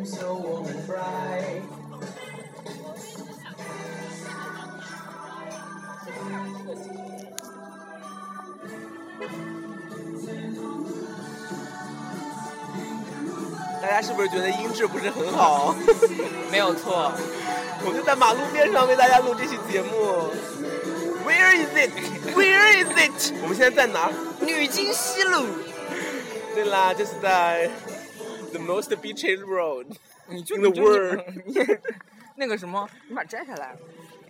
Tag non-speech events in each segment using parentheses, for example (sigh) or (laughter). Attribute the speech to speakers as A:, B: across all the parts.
A: 兽医，
B: 大家是不是觉得音质不是很好？
A: (laughs) 没有错。
B: 我就在马路边上为大家录这期节目。Where is it? Where is it? 我们现在在哪儿？
A: 女京西路，
B: 对啦，就是在 the most beaches road。
A: 你就
B: In the
A: 你就你那个什么，你把它摘下来。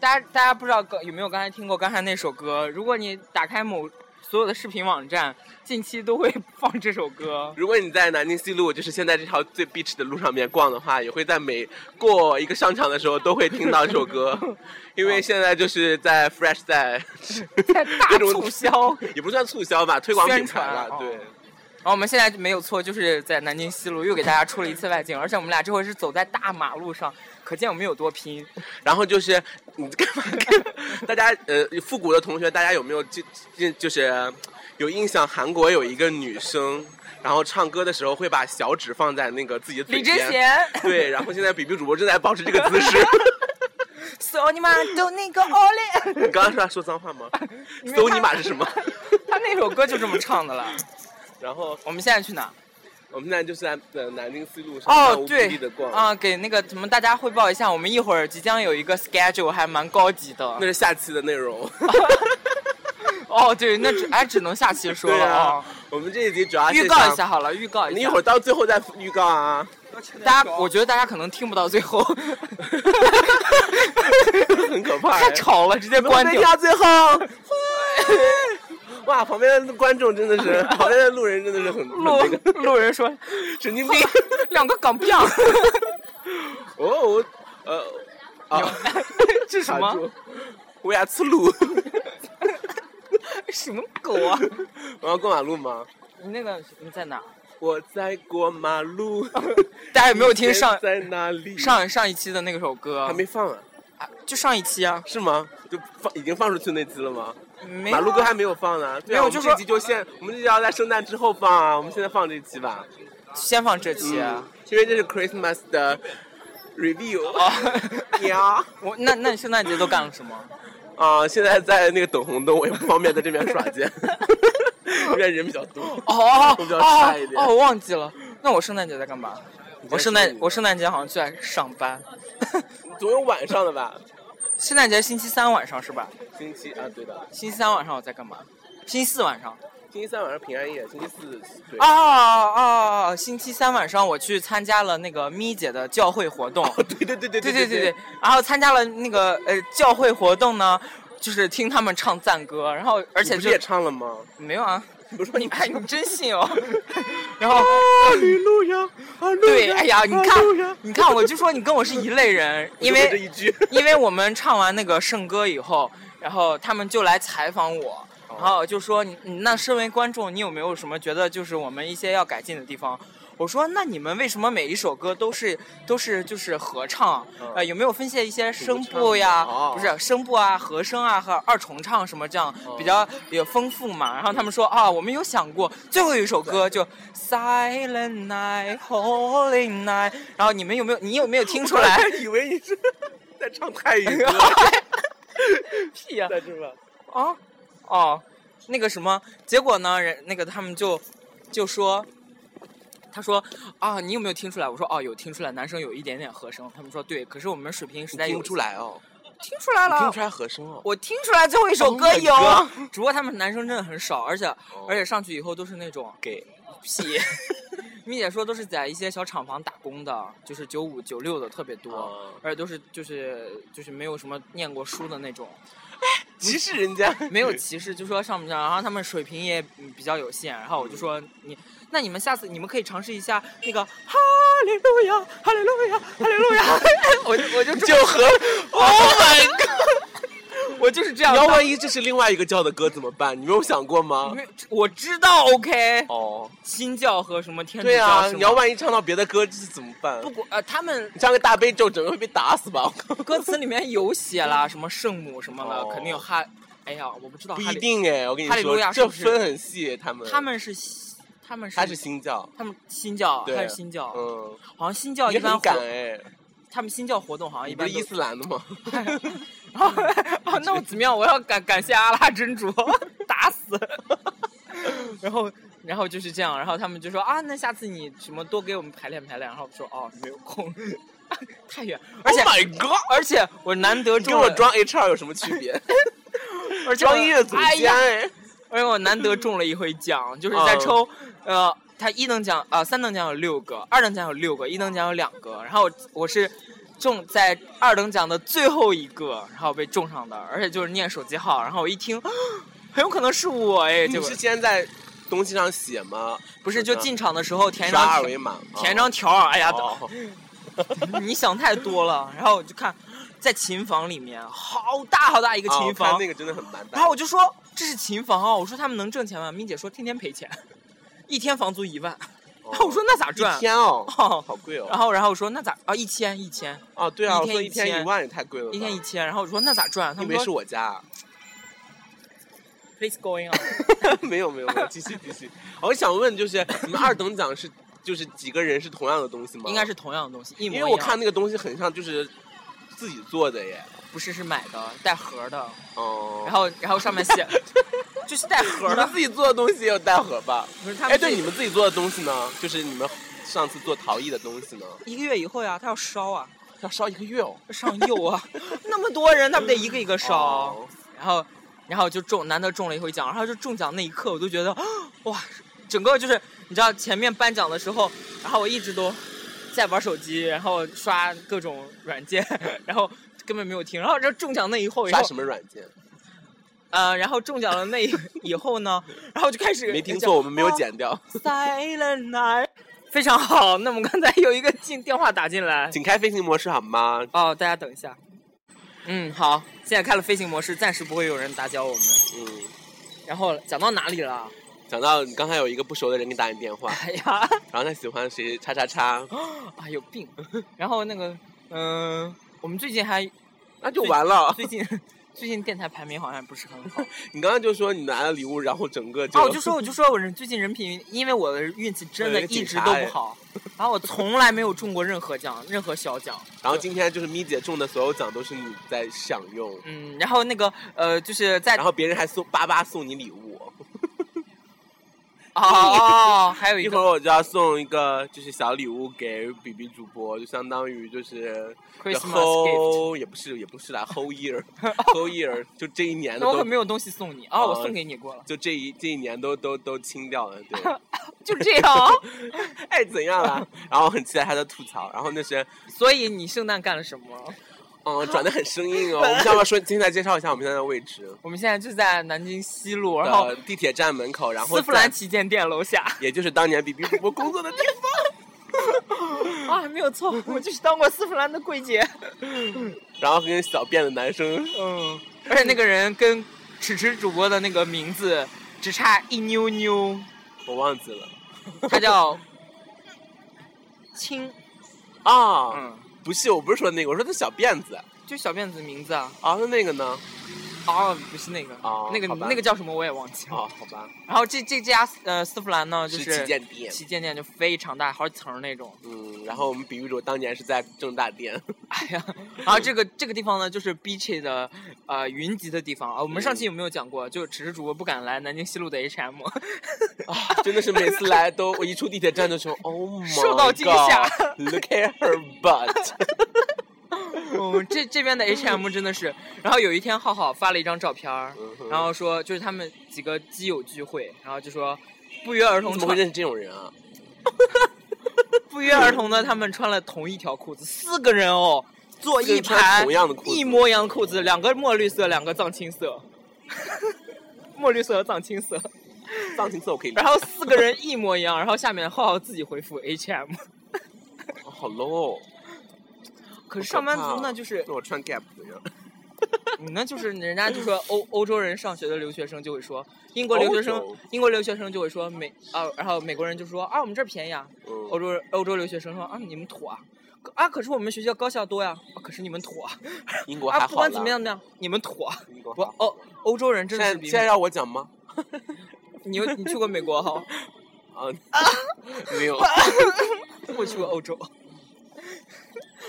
A: 大家大家不知道刚有没有刚才听过刚才那首歌？如果你打开某所有的视频网站，近期都会放这首 (laughs) 歌。
B: 如果你在南京西路，就是现在这条最 beach 的路上面逛的话，也会在每过一个商场的时候都会听到这首
A: (laughs)
B: 歌，因为现在就是在 fresh 在
A: 在大
B: (laughs)
A: 促销，
B: 也不算促销吧，推广品牌
A: 宣传
B: 了
A: 哦，
B: 对。
A: 然后我们现在没有错，就是在南京西路又给大家出了一次外景，而且我们俩这回是走在大马路上，可见我们有多 (laughs) 拼。
B: 然后就是 (laughs) 你干嘛？大家呃，复古的同学，大家有没有就就就是有印象？韩国有一个女生，然后唱歌的时候会把小指放在那个自己的
A: 李
B: 嘴
A: 贞
B: 边。
A: 贤，
B: 对，然后现在比比主播正在保持这个姿
A: (laughs)
B: 势。
A: 索尼玛都那个奥利， (laughs)
B: 你刚刚是在说脏话吗？
A: 没
B: 搜尼
A: 看
B: 玛是什么？
A: 他那首歌就这么唱的了。
B: (laughs) 然后
A: 我们现在去哪？
B: 我们现在就是在呃南京西路上漫
A: 哦
B: 无，目
A: 对
B: 的的，逛，
A: 啊、给那个什么大家汇报一下，我们一会儿即将有一个 schedule，还蛮高级的
B: 那。是下期的内容。
A: 哦，对，那只哎只能下期说
B: 对
A: 了
B: 啊
A: 啊、，
B: 我们这一集主要
A: 哦
B: 是
A: 预告一
B: 想，
A: 下好了，预告一下。
B: 你一会儿到最后再预告啊。
A: 大家，我觉得大家可能听不到最 (laughs) 后，
B: (laughs) 很可怕哎
A: 太吵了，直接关
B: 没
A: 掉。
B: 到最后。 (laughs) 哇，旁边的观众真的是，旁边的路人真的是很很
A: 路
B: 那个
A: 路人说
B: 神经
A: (laughs)
B: 病。
A: 两个港 (laughs) 片，
B: 哦，我呃啊，
A: 这 (laughs) 是什
B: 卡
A: 么
B: 住，乌鸦刺路，
A: 什么狗啊？
B: 我要过马路吗？
A: 你那个你在哪儿？
B: 我在过马路。
A: (laughs) 大家有没有听上
B: 你在哪里？
A: 上上一期的那个首歌？
B: 还没放啊？
A: 啊就上一期啊，
B: 是吗？就放已经放出去那期了吗？
A: 没
B: 马路
A: 啊
B: 哥还没有放呢。对啊，
A: 没有
B: 我
A: 就
B: 们
A: 说
B: 这期就现，我们这期要在圣诞之后放啊。我们现在放这期吧，
A: 先放这期。
B: 嗯，因为这是 Christmas 的 review。
A: 哦， (laughs)
B: 呀，
A: 我那那你圣诞节都干了什么？
B: 啊，现在在那个等红灯，我也不方便在这边耍贱， (laughs) 这边人比较多。
A: 哦
B: 我比较
A: 哦
B: 差一点
A: 哦，我忘记了。那我圣诞节在干嘛？我圣
B: 你在
A: 诞
B: 说
A: 我圣诞节好像就在上班。 (laughs)
B: 总有晚上的吧？
A: 圣诞节星期三晚上是吧？
B: 星期啊，对的，
A: 星期三晚上我在干嘛？星期四晚上。
B: 星期三晚上平安夜，星期四对
A: 哦，哦哦！星期三晚上我去参加了那个咪姐的教会活动。
B: 对对对对
A: 哦
B: 对
A: 对对对对，然后参加了那个呃教会活动呢，就是听他们唱赞歌，然后而
B: 你
A: 且
B: 不
A: 就是
B: 也唱了吗？
A: 没有啊， (laughs)
B: 你不是说
A: 你
B: 你
A: 哎你真信哦， (laughs) 然后。
B: 哈利路亚，哈利路亚
A: 对，哎呀，你
B: 哈
A: 看
B: 利路亚，
A: 你看，我就说你跟我是一类人，因
B: 就我这
A: 为
B: 一句，
A: 因为我们唱完那个圣歌以后，然后他们就来采访我，
B: 哦
A: 然后就说你你那身为观众，你有没有什么觉得就是我们一些要改进的地方？我说那你们为什么每一首歌都是都是就是合唱？呃，有没有分析一些声部呀
B: 合嗯唱哦？
A: 不是声部啊、和声啊和二重唱什么这样
B: 哦
A: 比较有丰富嘛？然后他们说啊，我们有想过最后一首歌就 Silent Night, Holy Night，然后你们有没有你有没有听出来？
B: 以为你是在唱泰语 (laughs) 歌，
A: 屁呀、
B: 在这吧？
A: 啊，哦，那个什么，结果呢，人那个他们就就说，他说啊，你有没有听出来？我说哦，有听出来，男生有一点点和声。他们说对，可是我们水平实在有，
B: 来哦，
A: 听出来
B: 你听
A: 了
B: 不出。来和声哦。
A: 我听出来最后一首
B: Oh
A: 歌
B: my
A: 有
B: God
A: 只不过他们男生真的很少，而且、而且上去以后都是那种
B: 给
A: (laughs) 屁。蜜姐说都是在一些小厂房打工的，就是九五九六的特别多
B: 哦
A: 而且都是就是就是没有什么念过书的那种。
B: 歧视人家， (laughs)
A: 没 (laughs) 有歧视，就说上不上，然后他们水平也嗯比较有限，然后我就说你，那你们下次你们可以尝试一下那个 (laughs) 哈利路亚，哈利路亚，哈利路亚，我就我就
B: 就
A: (laughs)
B: 和 Oh my God。
A: 我就是这样
B: 你
A: 当。
B: 要万一这是另外一个教的歌怎么办？你没有想过吗？
A: 没有我知道 OK，
B: 哦，
A: 新教和什么天主
B: 对
A: 教
B: 啊，
A: 是吗
B: 你要万一唱到别的歌，这是怎么办
A: 不？管呃他们
B: 你唱个大悲咒，整个会被打死吧？我 (laughs) 靠，
A: 歌词里面有写啦，什么圣母什么的，
B: 哦
A: 肯定有哈。哎呀，我不知道
B: 不
A: 哈
B: 一
A: 利，
B: 定哎，我跟你
A: 哈利路
B: 说，
A: 亚是
B: 这
A: 不是
B: 分很细，他们
A: 他们是西。他们是
B: 他是新教，
A: 他们新教，
B: 对
A: 他是新教，
B: 嗯，
A: 好像新教哦一
B: 你
A: 般
B: 很
A: 活
B: 敢哎，
A: 他们新教活动好像
B: 你
A: 一
B: 不
A: 般
B: 是
A: 都
B: 伊斯兰的吗？
A: (laughs) 哦，哦那我怎么样？我要感感谢阿拉真主， (laughs) 打死。 (laughs) 然后，然后就是这样，然后他们就说啊，那下次你什么多给我们排练排练。然后我说哦，没有空， (laughs) 太远，而且、
B: (laughs) Oh my God，
A: 而且我难得中
B: 跟
A: 了
B: 我，装 HR 有什么区
A: (laughs)
B: 别？
A: 而且我
B: 装音乐总
A: 哎
B: 监
A: 呀，
B: 哎，
A: 而且我难得中了一回奖，就是
B: 哦
A: 在抽，呃，他一等奖啊、呃三等奖有六个，二等奖有六个，一等奖有两个，然后我我是中在二等奖的最后一个，然后被中上的，而且就是念手机号，然后我一听，啊 (gasps) 很有可能是我哎，
B: 你
A: 就是
B: 先在东西上写吗？
A: 不是就进场的时候填一
B: 刷二
A: 张
B: 维码，
A: 填一张条儿，哎呀，
B: 哦。
A: (laughs) 你想太多了，然后我就看在琴房里面，好大好大一个
B: 哦
A: 琴
B: 我看
A: 房，
B: 那个真的很蛮大。
A: 然后我就说这是琴房啊，我说他们能挣钱吗？明姐说天天赔钱， (laughs) 一天房租一万。
B: 哦
A: 然后我说那咋赚
B: 一？天哦，
A: 哦
B: 好贵
A: 然
B: 哦。
A: 后然后我说那咋啊一千一千
B: 哦，对啊，
A: 一
B: 我
A: 天
B: 说一
A: 一千
B: 天一万也太贵了吧。
A: 一天一千，然后我说那咋赚？他
B: 你以
A: 们
B: 为是
A: 说
B: 我家啊？ (laughs)
A: Please going (laughs) on，
B: 没有没有没有，继续继续。我想问，就是你们二等奖是就是几个人是同样的东西吗？
A: 应该，是同样的东西，一模
B: 因
A: 一样。
B: 为我看那个东西很像就是自己做的耶。
A: 不是是买的带盒的，
B: 哦，
A: 然后然后上面 (laughs) 写就是带
B: 你
A: 盒的
B: 们，自己做的东西也有带盒吧？
A: 不是他们
B: 哎，对，
A: 是
B: 你们自己做的东西呢，就是你们上次做陶艺的东西呢，
A: 一个月以后呀，他要烧啊，
B: 要烧一个月哦。
A: 要上釉 (laughs) 啊，那么多人，他们得一个一个烧。
B: 哦
A: 然后然后就中，难得中了一回奖，然后就中奖那一刻，我就觉得啊哇，整个就是你知道前面颁奖的时候，然后我一直都在玩手机，然后刷各种软件，然后根本没有听，然后这中奖那一后以后
B: 刷，什么软件？
A: 呃，然后中奖了那一 (laughs) 以后呢，然后就开始
B: 没听错，我们没有。
A: 哦
B: 剪掉。
A: Silent night，非常好。那我们刚才有一个进电话打进来，
B: 请开飞行模式好吗？
A: 哦，大家等一下。嗯，好，现在开了飞行模式，暂时不会有人打搅我们。
B: 嗯，
A: 然后讲到哪里了？
B: 讲到你刚才有一个不熟的人给你打你电话，
A: (laughs) 哎呀，
B: 然后他喜欢谁叉叉叉，
A: 啊有病。然后那个，嗯、我们最近还啊
B: 那就完了。
A: 最近最近电台排名好像不是很好。
B: (laughs) 你刚刚就说你拿了礼物，然后整 (laughs) 个就、
A: 啊，我就说我就说我人最近人品，因为我的运气真的
B: 有一个
A: 一
B: 警
A: 直
B: 察
A: 都
B: 哎
A: 不好，然后我从来没有中过任何奖，任何小奖。
B: 然后今天就是咪姐中的所有奖都是你在享用，
A: 嗯，然后那个呃，就是在
B: 然后别人还送巴巴送你礼物。
A: 哦，还有一
B: 一会
A: 个
B: 儿我就要送一个就是小礼物给比比主播，就相当于就是 the
A: Christmas gift。
B: whole 也不是也不是
A: (laughs)
B: 啦，whole year whole year 就这一年的
A: 那我可
B: 都
A: 没有东西送你啊！我
B: 哦
A: 送给你过了，
B: 就这一这一年都都都清掉了，
A: (laughs)
B: 对。
A: 就这样。哦
B: 爱怎样啦？然后很期待他的吐槽。然后那时，
A: (laughs) 所以你圣诞干了什么？
B: 嗯，转的很生
A: (laughs)
B: 硬哦。我们要不要说，现在介绍一下我们现在的位置？
A: 我们现在就在南京西路，然后
B: 呃地铁站门口，然后
A: 丝芙兰
B: 在，
A: 旗舰店楼下。
B: 也就是当年比比主播工作的地方。
A: 啊，没有错，我就是当过丝芙兰的柜姐。
B: 然后跟小便的男生，
A: 嗯，而且那个人跟迟迟主播的那个名字只差一妞妞，
B: 我忘记了
A: 他叫 (laughs) 青，
B: 啊、
A: 嗯，
B: 不是，我不是说那个，我说他小辫子
A: 就小辫子的名字啊。
B: 啊。那那个呢？
A: 哦，不是那个，
B: 哦
A: 那个
B: 好吧
A: 那个叫什么我也忘记了。
B: 哦，好吧，
A: 然后这这这家呃丝芙兰呢，就是
B: 旗舰店。
A: 旗舰店就非常大，好几层那种。 (laughs)
B: 嗯，然后我们比喻主当年是在正大店，
A: 哎呀，然后这个这个地方呢，就是 Beachy 的呃云集的地方啊。我们上期有没有讲过？就只是主播不敢来南京西路的 HM，
B: 真的是每次来都，我一出地铁站的时候，Oh my
A: (laughs) 受到惊吓
B: God，Look at her butt。
A: (laughs) 嗯，这这边的 H&M 真的是，然后有一天浩浩发了一张照片儿
B: 嗯哼
A: 然后说就是他们几个基友聚会，然后就说不约而
B: 你
A: 同
B: 怎么会
A: 穿
B: 认识这种人啊？
A: 不约而同的他们穿了同一条裤子，四个人哦，坐
B: 四个
A: 一
B: 人穿
A: 排，
B: 同样的裤子
A: 一模一样的裤子，两个墨绿色，两个藏青色， (laughs) 墨绿色和藏青色，
B: 藏青色我可以理解，
A: 然后四个人一模一样，然后下面浩浩自己回复 H&M，
B: 哦好 low，
A: 可是上班
B: 哦
A: 族呢就是
B: 那我穿 Gap 怎样？
A: 你呢，嗯就是人家就说
B: 嗯
A: 欧欧洲人上学的留学生就会说，英国留学
B: 欧
A: 生
B: 洲，
A: 英国留学生就会说美啊，然后美国人就说啊，我们这儿便宜啊，欧
B: 嗯，
A: 洲欧洲留学生说啊，你们土啊，可啊，可是我们学校高校多呀、啊可是你们土啊，
B: 英国还
A: 啊，
B: 好
A: 不管怎么
B: 啦，
A: 样怎么样，你们土啊，
B: 英国
A: 不
B: 还好
A: 欧欧洲人真
B: 现
A: 的
B: 在
A: 是比
B: 现在要我讲吗？
A: 你有你去过美国哈，
B: 啊，没
A: (laughs)
B: 有，
A: 不出欧洲。 (laughs)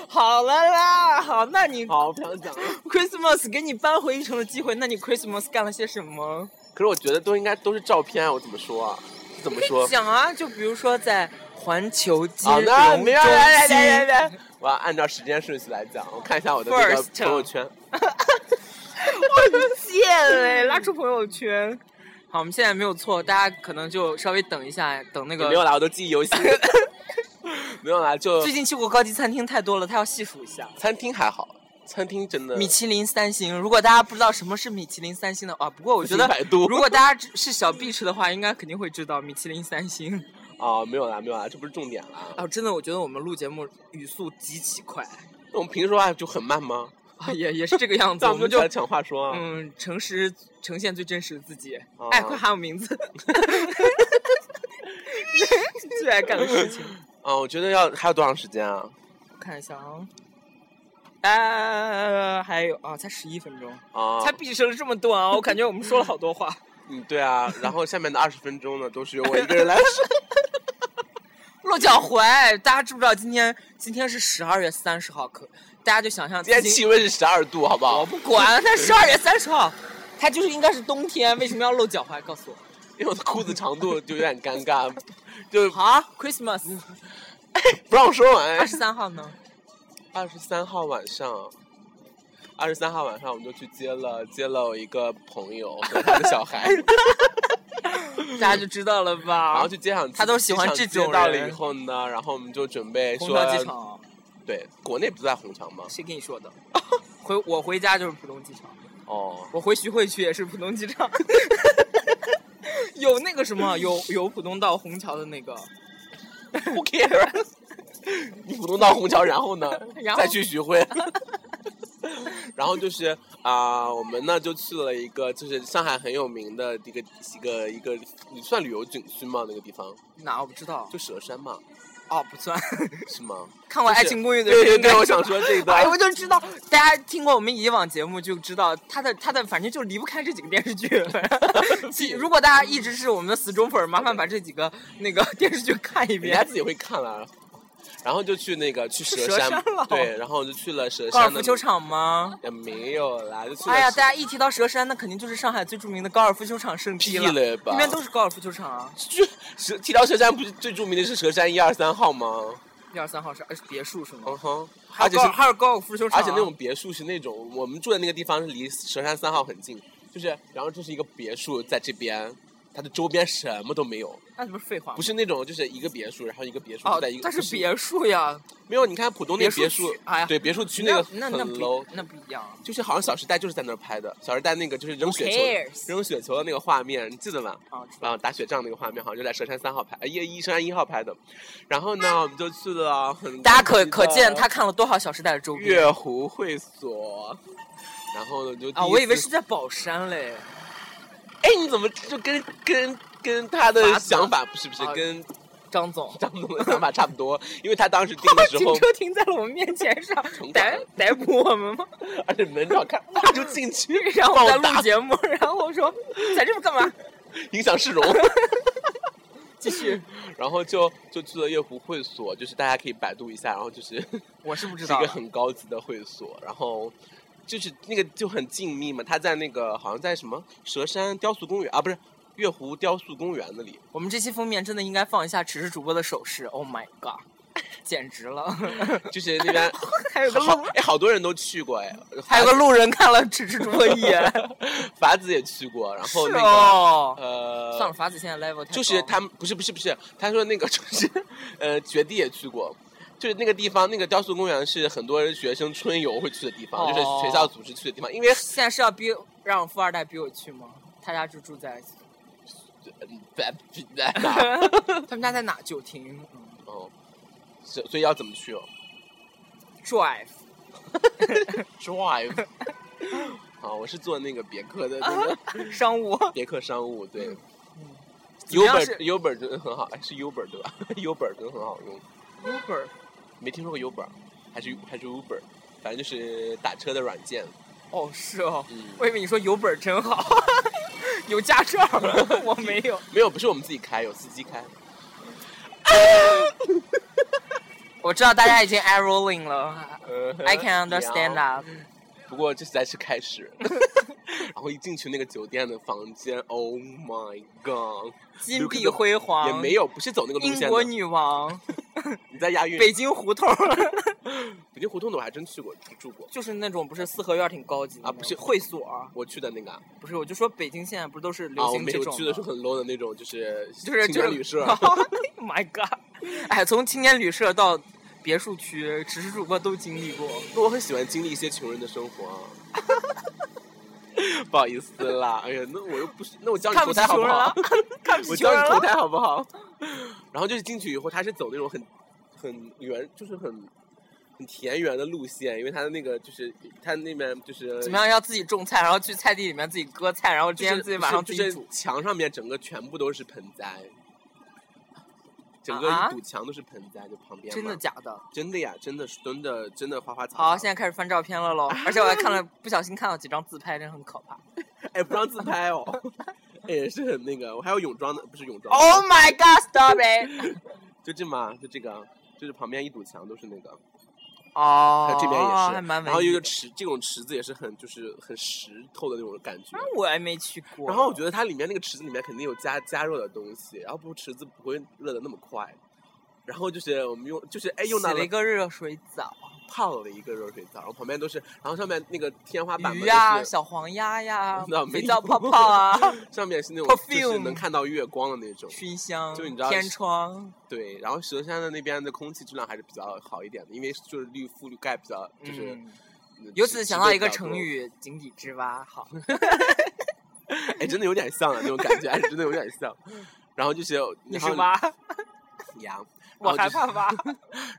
A: 好了啦，好，那你
B: 好不想讲了。
A: Christmas 给你扳回一城的机会，那你 Christmas 干了些什么？
B: 可是我觉得都应该都是照片啊，我怎么说啊？怎么
A: (laughs)
B: 说？
A: 讲啊，就比如说在环球金
B: 好
A: 融
B: 的，
A: 中
B: 那没
A: 心
B: 有，来来来来来，我要按照时间顺序来讲。我看一下我的那个
A: First
B: 朋友圈，
A: 贱哎，拉出朋友圈。好，我们现在没有错，大家可能就稍微等一下，等那
B: 没有
A: 个。
B: 啦，我都记忆犹
A: (laughs)
B: 新。没有啦，就
A: 最近去过高级餐厅太多了，他要细数一下。
B: 餐厅还好，餐厅真的
A: 米其林三星，如果大家不知道什么是米其林三星的啊，不过我觉得
B: 请百度
A: 如果大家只是小 B 吃的话，应该肯定会知道米其林三星。
B: 啊，没有啦，没有啦，这不是重点啦。
A: 啊，真的，我觉得我们录节目语速极其快
B: 那我们平时说话就很慢吗？
A: 啊，也也是这个样子，
B: 那
A: 我
B: 我们
A: 们
B: 就
A: 就
B: 来抢话说啊。
A: 嗯，诚实呈现最真实的自己。
B: 哦
A: 哎，快喊我名
B: (laughs)
A: 字！ (laughs) 最爱干的事情，
B: 啊，我觉得要还有多长时间啊？
A: 我看一下啊。啊，还有啊，才十一分钟，
B: 啊，
A: 才毕生这么短啊！我感觉我们说了好多话。
B: 嗯，对啊。然后下面的二十分钟呢，都是由我一个人来说。
A: (laughs) 落脚踝，大家知不知道今天今天是十二月三十号？可大家就想象
B: 今天
A: 自己
B: 气温是十二度，好不
A: 我
B: 好？
A: 不管，那十二月三十号，它就是应该是冬天，为什么要露脚踝？告诉我。
B: 因为我的裤子长度就有点尴尬，就
A: 好，Christmas 啊
B: 嗯不让我说完。
A: 二十三号呢？
B: 二十三号晚上，二十三号晚上我们就去接了接了我一个朋友和他的小 (laughs) 孩，
A: 大家就知道了吧？
B: 然后去接上
A: 他都喜欢这种
B: 接
A: 人
B: 到了以后呢，然后我们就准备
A: 虹
B: 说
A: 桥机场，
B: 对，国内不在虹桥吗？
A: 谁跟你说的？ (laughs) 回我回家就是浦东机场，
B: 哦，
A: 我回徐汇区也是浦东机场。 (laughs) 有那个什么，有有浦东到虹桥的
B: (laughs)
A: 那个，
B: 不 care。你 (laughs) 浦东到虹桥，然后呢？
A: (laughs) 然后
B: 再去徐汇。 (laughs) 然后就是啊、我们呢就去了一个，就是上海很有名的一个一个一个，你算旅游景区吗？那个地方
A: (laughs) 哪我不知道，
B: 就佘山嘛，
A: 哦不算。 (laughs)
B: 是吗？ (laughs)
A: 看过《爱情公寓》的
B: 对对
A: 应该
B: 对，我
A: 知道
B: 想说这一段。
A: (laughs) 哎，我就知道，大家听过我们以往节目就知道，他的他的反正就离不开这几个电视剧。 (laughs) 其如果大家一直是我们的死忠粉儿，麻烦把这几个那个电视剧看一
B: 人家
A: 遍。
B: 自己会看啦。然后就去那个去
A: 去
B: 佘
A: 佘山了
B: 对，然后就去了佘
A: 高尔
B: 山的
A: 夫球场吗？
B: 也没有啦，就去了。
A: 哎呀，大家一提到佘山，那肯定就是上海最著名的高尔夫球场圣地
B: 屁
A: 了。
B: 嘞吧
A: 那边都是高尔夫球场啊，
B: 去佘提到佘山，不是最著名的是佘山一二三号吗？
A: 一二三号是呃是别墅是吗？
B: 嗯哼，
A: 还
B: 而
A: 有
B: 且
A: 高
B: 是
A: 尔还有高尔夫球场啊，
B: 而且那种别墅是那种我们住的那个地方是离佘山三号很近，就是然后这是一个别墅在这边，它的周边什么都没有，
A: 那不是废话吗
B: 不？是那种就是一个别墅，然后一个别墅
A: 哦
B: 在一个，，
A: 但是
B: 不
A: 别墅呀，
B: 没有，你看浦东那
A: 别
B: 个别
A: 墅
B: 墅
A: 区哎呀，
B: 对别墅区
A: 那
B: 个
A: 那
B: 很
A: 那
B: low
A: 不。那不一样啊。
B: 就是好像《小时代》就是在那儿拍的，《小时代》那个就是扔
A: Who
B: 雪
A: cares？
B: 球、扔雪球的那个画面，你记得吗？
A: 啊知道
B: 啊，打雪仗那个画面好像就在佘山三号拍，呃一一佘山一号拍的。然后
A: (laughs)
B: 呢，我们就去了很
A: 大家
B: 高级
A: 可
B: 的
A: 可见他看了多少《小时代》的周边
B: 月湖会所。然后呢，就第
A: 啊！
B: 一
A: 我以为
B: 次
A: 是，在宝山嘞。
B: (laughs) 哎，你怎么就跟跟跟他
A: 法
B: 的
A: 子
B: 想法不是不是
A: 啊
B: 跟
A: 张总，
B: 张总的想法差不
A: (laughs)
B: 多？因为他当时订的时候，
A: 停在了我们面前上
B: 城管
A: 逮逮捕我们吗？ (laughs)
B: 而且门好看，他就进去，
A: 然后
B: 把
A: 我
B: 我
A: 们在录
B: 打
A: 节目，然后我说在这边干嘛？
B: 影响市容。
A: (laughs) 继续，
B: 然后就就去了月湖会所，就是大家可以百度一下，然后就是 (laughs)
A: 我是不知
B: 是一
A: 道
B: 个。很高级的会所，然后就是那个就很静谧嘛，它在那个好像在什么佘山雕塑公园啊，不是月湖雕塑公园那里，
A: 我们这期封面真的应该放一下只是主播的手势，Oh my god，简 (laughs) 直了！
B: 就是那边
A: (laughs) 还有个
B: 好
A: 路，
B: 哎，好多人都去过哎，
A: 还有个路人看了只是主播一眼。
B: (laughs) 法子也去过，然后
A: (laughs) 是
B: 那个、
A: 哦，
B: 呃，
A: 算了，法子现在 level 太高
B: 就是他们不是不是不是，他说那个就是呃绝地也去过，就是那个地方那个雕塑公园是很多学生春游会去的地方，就是
A: 哦
B: 学校组织去的地方，因为
A: 现在是要逼让富二代逼我去吗？他家就住 (laughs) 在，他们家在哪？九亭。嗯
B: 哦， (laughs) 所所以要怎么去哦
A: (laughs) drive， (laughs)
B: ？Drive。好，我是坐那个别克的那个
A: 嗯商务。
B: 别克商务，对。嗯
A: 怎么样是
B: Uber Uber 真的很好，哎，是 Uber 对吧 (laughs) ？Uber 真的很好用，
A: Uber
B: 没听说过 Uber，还是还是 Uber，反正就是打车的软件。
A: (laughs) 哦，是哦，
B: 嗯，
A: 我以为你说有本儿 (laughs) 真好，有驾照，我没有。
B: 没有，不是我们自己开，有司机开。
A: (laughs) 我知道大家已经 eye rolling (laughs) 了
B: 嗯哼 (laughs)
A: ，I can understand。that。嗯
B: 不过这才是开始。 (laughs) 然后一进去那个酒店的房间，Oh my God，
A: 金碧辉煌，
B: 也没有，不是走那个路
A: 英
B: 线
A: 国
B: 的。
A: 女王，
B: 你在押韵？
A: 北京胡同， (laughs)
B: 北京胡同的我还真去过，住过。
A: 就是那种不是四合院挺高级的
B: 啊
A: 吗
B: 不是
A: 会所，
B: 我去的那个啊，
A: 不是我就说北京现在不是都是流
B: 啊我
A: 行
B: 没
A: 这
B: 有
A: 种
B: 去
A: 吗、
B: 的是很 low 的那种，就是
A: 就是
B: 青
A: 就是
B: 年旅社。
A: (laughs) Oh my god！哎，从青年旅社到别墅区，只是主播都经历过。
B: 我很喜欢经历一些穷人的生活啊。 (laughs) 不好意思啦，哎呀，那我又不是，那我教你
A: 看
B: 投
A: 不起
B: 胎好
A: 穷
B: 不
A: 人了
B: (laughs)
A: (laughs)
B: 好？，
A: 看不
B: 我
A: 起
B: 教
A: 穷人
B: 你投
A: 了。
B: 胎好不好？然后就是进去以后，他是走那种很很圆，就是很很田园的路线，因为他的那个就是他那边就是
A: 怎么样？要自己种菜，然后去菜地里面自己割菜，然后今
B: 就是
A: 天自己晚上自
B: 就
A: 己
B: 是
A: 煮。
B: 墙上面整个全部都是盆栽，整个
A: 啊
B: 一堵墙都是盆栽，就旁边
A: 真的
B: 嘛
A: 假的？
B: 真的呀，真的是真的真的花花草草。
A: 好，现在开始翻照片了喽。而且我还看
B: (laughs)
A: 了，不小心看到几张自拍，真的很可怕。
B: 哎，不让自拍哦， (laughs) 哎也是很那个。我还有泳装的，不是泳装
A: Oh my god, stop it！
B: 就这嘛，就这个，就是旁边一堵墙都是那个，
A: 哦
B: 它，这边也是，
A: 还蛮
B: 然后有一
A: 文
B: 个
A: 艺的。
B: 池，这种池子也是很就是很石头的那种感觉。
A: 那我还没去过。
B: 然后我觉得它里面那个池子里面肯定有加加热的东西，然后不池子不会热的那么快。然后就是我们用，就是哎用到
A: 洗了
B: 了
A: 一个热水澡，
B: 泡了一个热水澡，然后旁边都是，然后上面那个天花板嘛
A: 鱼呀、
B: 就是
A: 小黄鸭呀
B: (laughs) 那、没
A: 肥皂泡泡
B: (laughs)
A: 啊、
B: 上面是那种就是
A: Perfume
B: 能看到月光的那种，
A: 熏香、
B: 就你知道
A: 天窗。
B: 对，然后佘山的那边的空气质量还是比较好一点的，因为就是绿覆绿盖比较，就是、
A: 嗯
B: 嗯
A: 由此想到一个成，
B: 植被比
A: 语“井底之蛙”。好，
B: 较多哎，真的有点像啊，那种感觉，哎，真的有点像。然后就是
A: 嗯你是蛙，
B: (laughs) 呀，
A: 我
B: 然
A: 害
B: 后就是 (laughs)
A: 怕蛙。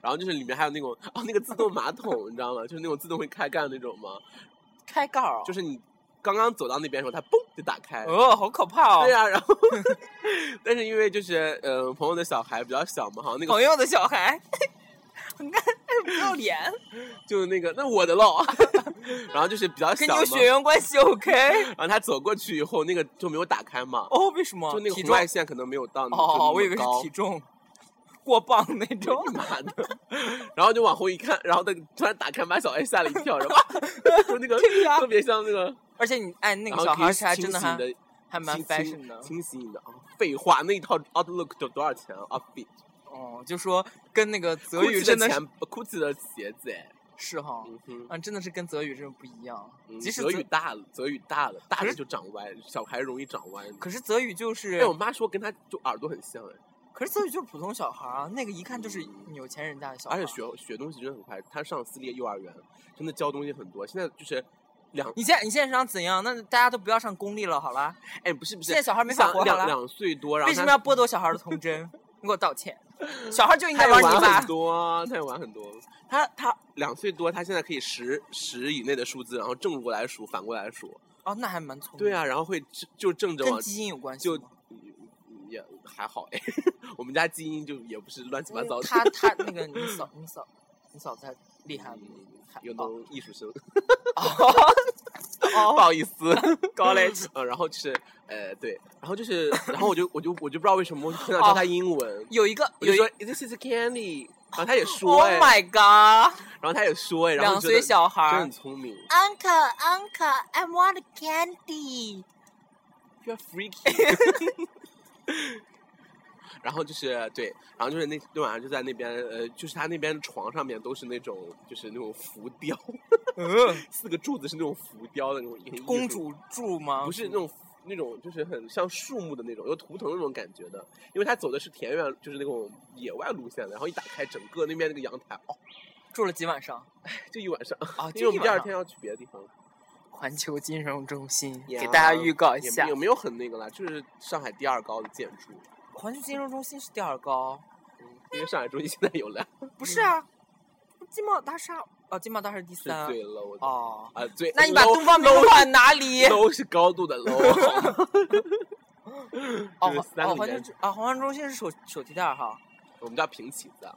B: 然后就是里面还有那种哦，那个自动马桶，你知道吗？就是那种自动会开盖的那种嘛，
A: 开盖儿哦，
B: 就是你刚刚走到那边的时候，它嘣就打开。
A: 哦，好可怕哦！
B: 对呀、然后， (laughs) 但是因为就是呃，朋友的小孩比较小嘛，好像那个
A: 朋友的小孩， (laughs) 很干，不要脸，
B: 就是那个那我的喽， (laughs) 然后就是比较小
A: 跟你
B: 嘛
A: 有，血缘关系？OK？
B: 然后他走过去以后，那个就没有打开嘛，
A: 哦，为什么？
B: 就那个
A: 体
B: 红
A: 重
B: 外线可能没有到那
A: 哦，
B: 就
A: 我以为
B: 那么
A: 是体重过磅那种
B: 高。。妈的！然后就往后一看，然后他突然打开，把小 A 吓了一跳，然后哇 (laughs) 就那个
A: 对呀
B: 特别像那个，
A: 而且你哎，那
B: 然
A: 个
B: 后
A: 小
B: 可
A: 孩
B: 以
A: 是还
B: 清
A: 真的
B: 洗
A: 还
B: 你的，
A: 还蛮
B: 清
A: fashion 的。
B: 清洗你的啊！废话，那一套 Outlook 得多少钱啊？Outfit
A: 哦，就说跟那个泽宇
B: Gucci
A: 真
B: 的
A: 的
B: 钱
A: 是
B: ，Gucci 的鞋子，哎
A: 是哈，
B: 嗯哼。
A: 嗯，真的是跟泽宇真的不一样。
B: 嗯
A: 即使
B: 泽
A: 泽
B: 宇大了，泽宇大了，大
A: 可
B: 了
A: 是
B: 就长歪，小孩容易长歪。
A: 可是泽宇就是
B: 哎，我妈说跟他就耳朵很像哎，
A: 可是泽宇就是普通小孩儿啊，那个一看就是有钱人家的小孩。
B: 而且，学学东西真的很快。他上私立幼儿园，真的教东西很多。现在就是两
A: 你现在你现在想怎样？那大家都不要上公立了，好啦。
B: 哎，不是不是，
A: 现在小孩没法
B: 想
A: 活好
B: 两
A: 啦。
B: 两岁多，然后
A: 为
B: 他
A: 什么要剥夺小孩儿的童真？ (laughs) 你给我道歉。小孩儿就应
B: 他
A: 该
B: 也
A: 玩泥
B: 玩
A: 巴
B: 很。多，他也玩很多。他他两岁多，他现在可以十十以内的数字，然后正过来数，反过来数。
A: 哦，那还蛮聪明。
B: 对，啊，然后会就就正着
A: 跟
B: 往
A: 基因有关系
B: 就
A: 吗。
B: 嗯也还好哎， (laughs) 我们家基因就也不是乱七八糟
A: 嗯
B: 的。
A: 他他那个你嫂你嫂你嫂子还厉害吗
B: 嗯？
A: 还
B: 有那
A: 哦
B: 种艺术生，不
A: (laughs) 哦
B: 好意 (laughs) 思。
A: (laughs) ，college
B: 呃，然后就是，呃，对，然后就是，然后我就我就我就不知道为什么，我就很想教他英文，
A: (laughs) 哦有一个
B: 我
A: 有
B: 就
A: 一
B: 说 This is candy，然后他也说
A: Oh
B: 哎，
A: my god！
B: 然后他也说哎，然后
A: 两
B: 就觉得
A: 岁小孩
B: 真的
A: 儿
B: 很聪明
A: ，Uncle Uncle I want candy。
B: ，You're freaky 。然后就是对，然后就是那那晚上就在那边，呃，就是他那边床上面都是那种就是那种浮雕，
A: (laughs) 嗯，
B: 四个柱子是那种浮雕的那种很艺术
A: 公主住吗？
B: 不是那种
A: 嗯
B: 那种就是很像树木的那种，有图腾那种感觉的，因为他走的是田园，就是那种野外路线的，然后一打开整个那边那个阳台，哦，
A: 住了几晚上
B: 就一晚上，
A: 啊？
B: 因为我们
A: 就一晚上
B: 第二天要去别的地方，
A: 环球金融中心
B: 呀
A: 给大家预告一
B: 也
A: 下
B: 没有，没有很那个啦，就是上海第二高的建筑，
A: 环球金融中心是第二高，
B: 嗯因为上海中心现在有了，
A: 不是啊？金茂大厦哦，金茂大厦是第
B: 是
A: 三
B: 最 low 的
A: 哦。
B: 啊，最
A: 那你把
B: low-
A: 东方明
B: low
A: 珠放在哪里？
B: low 是高度的 low，
A: (laughs) 哦
B: 就是
A: 环
B: 三
A: 哦，
B: 个
A: 环
B: 里
A: 球
B: 面
A: 中啊，环球中心是手手提袋儿哈。
B: 我们叫平起子，
A: 啊，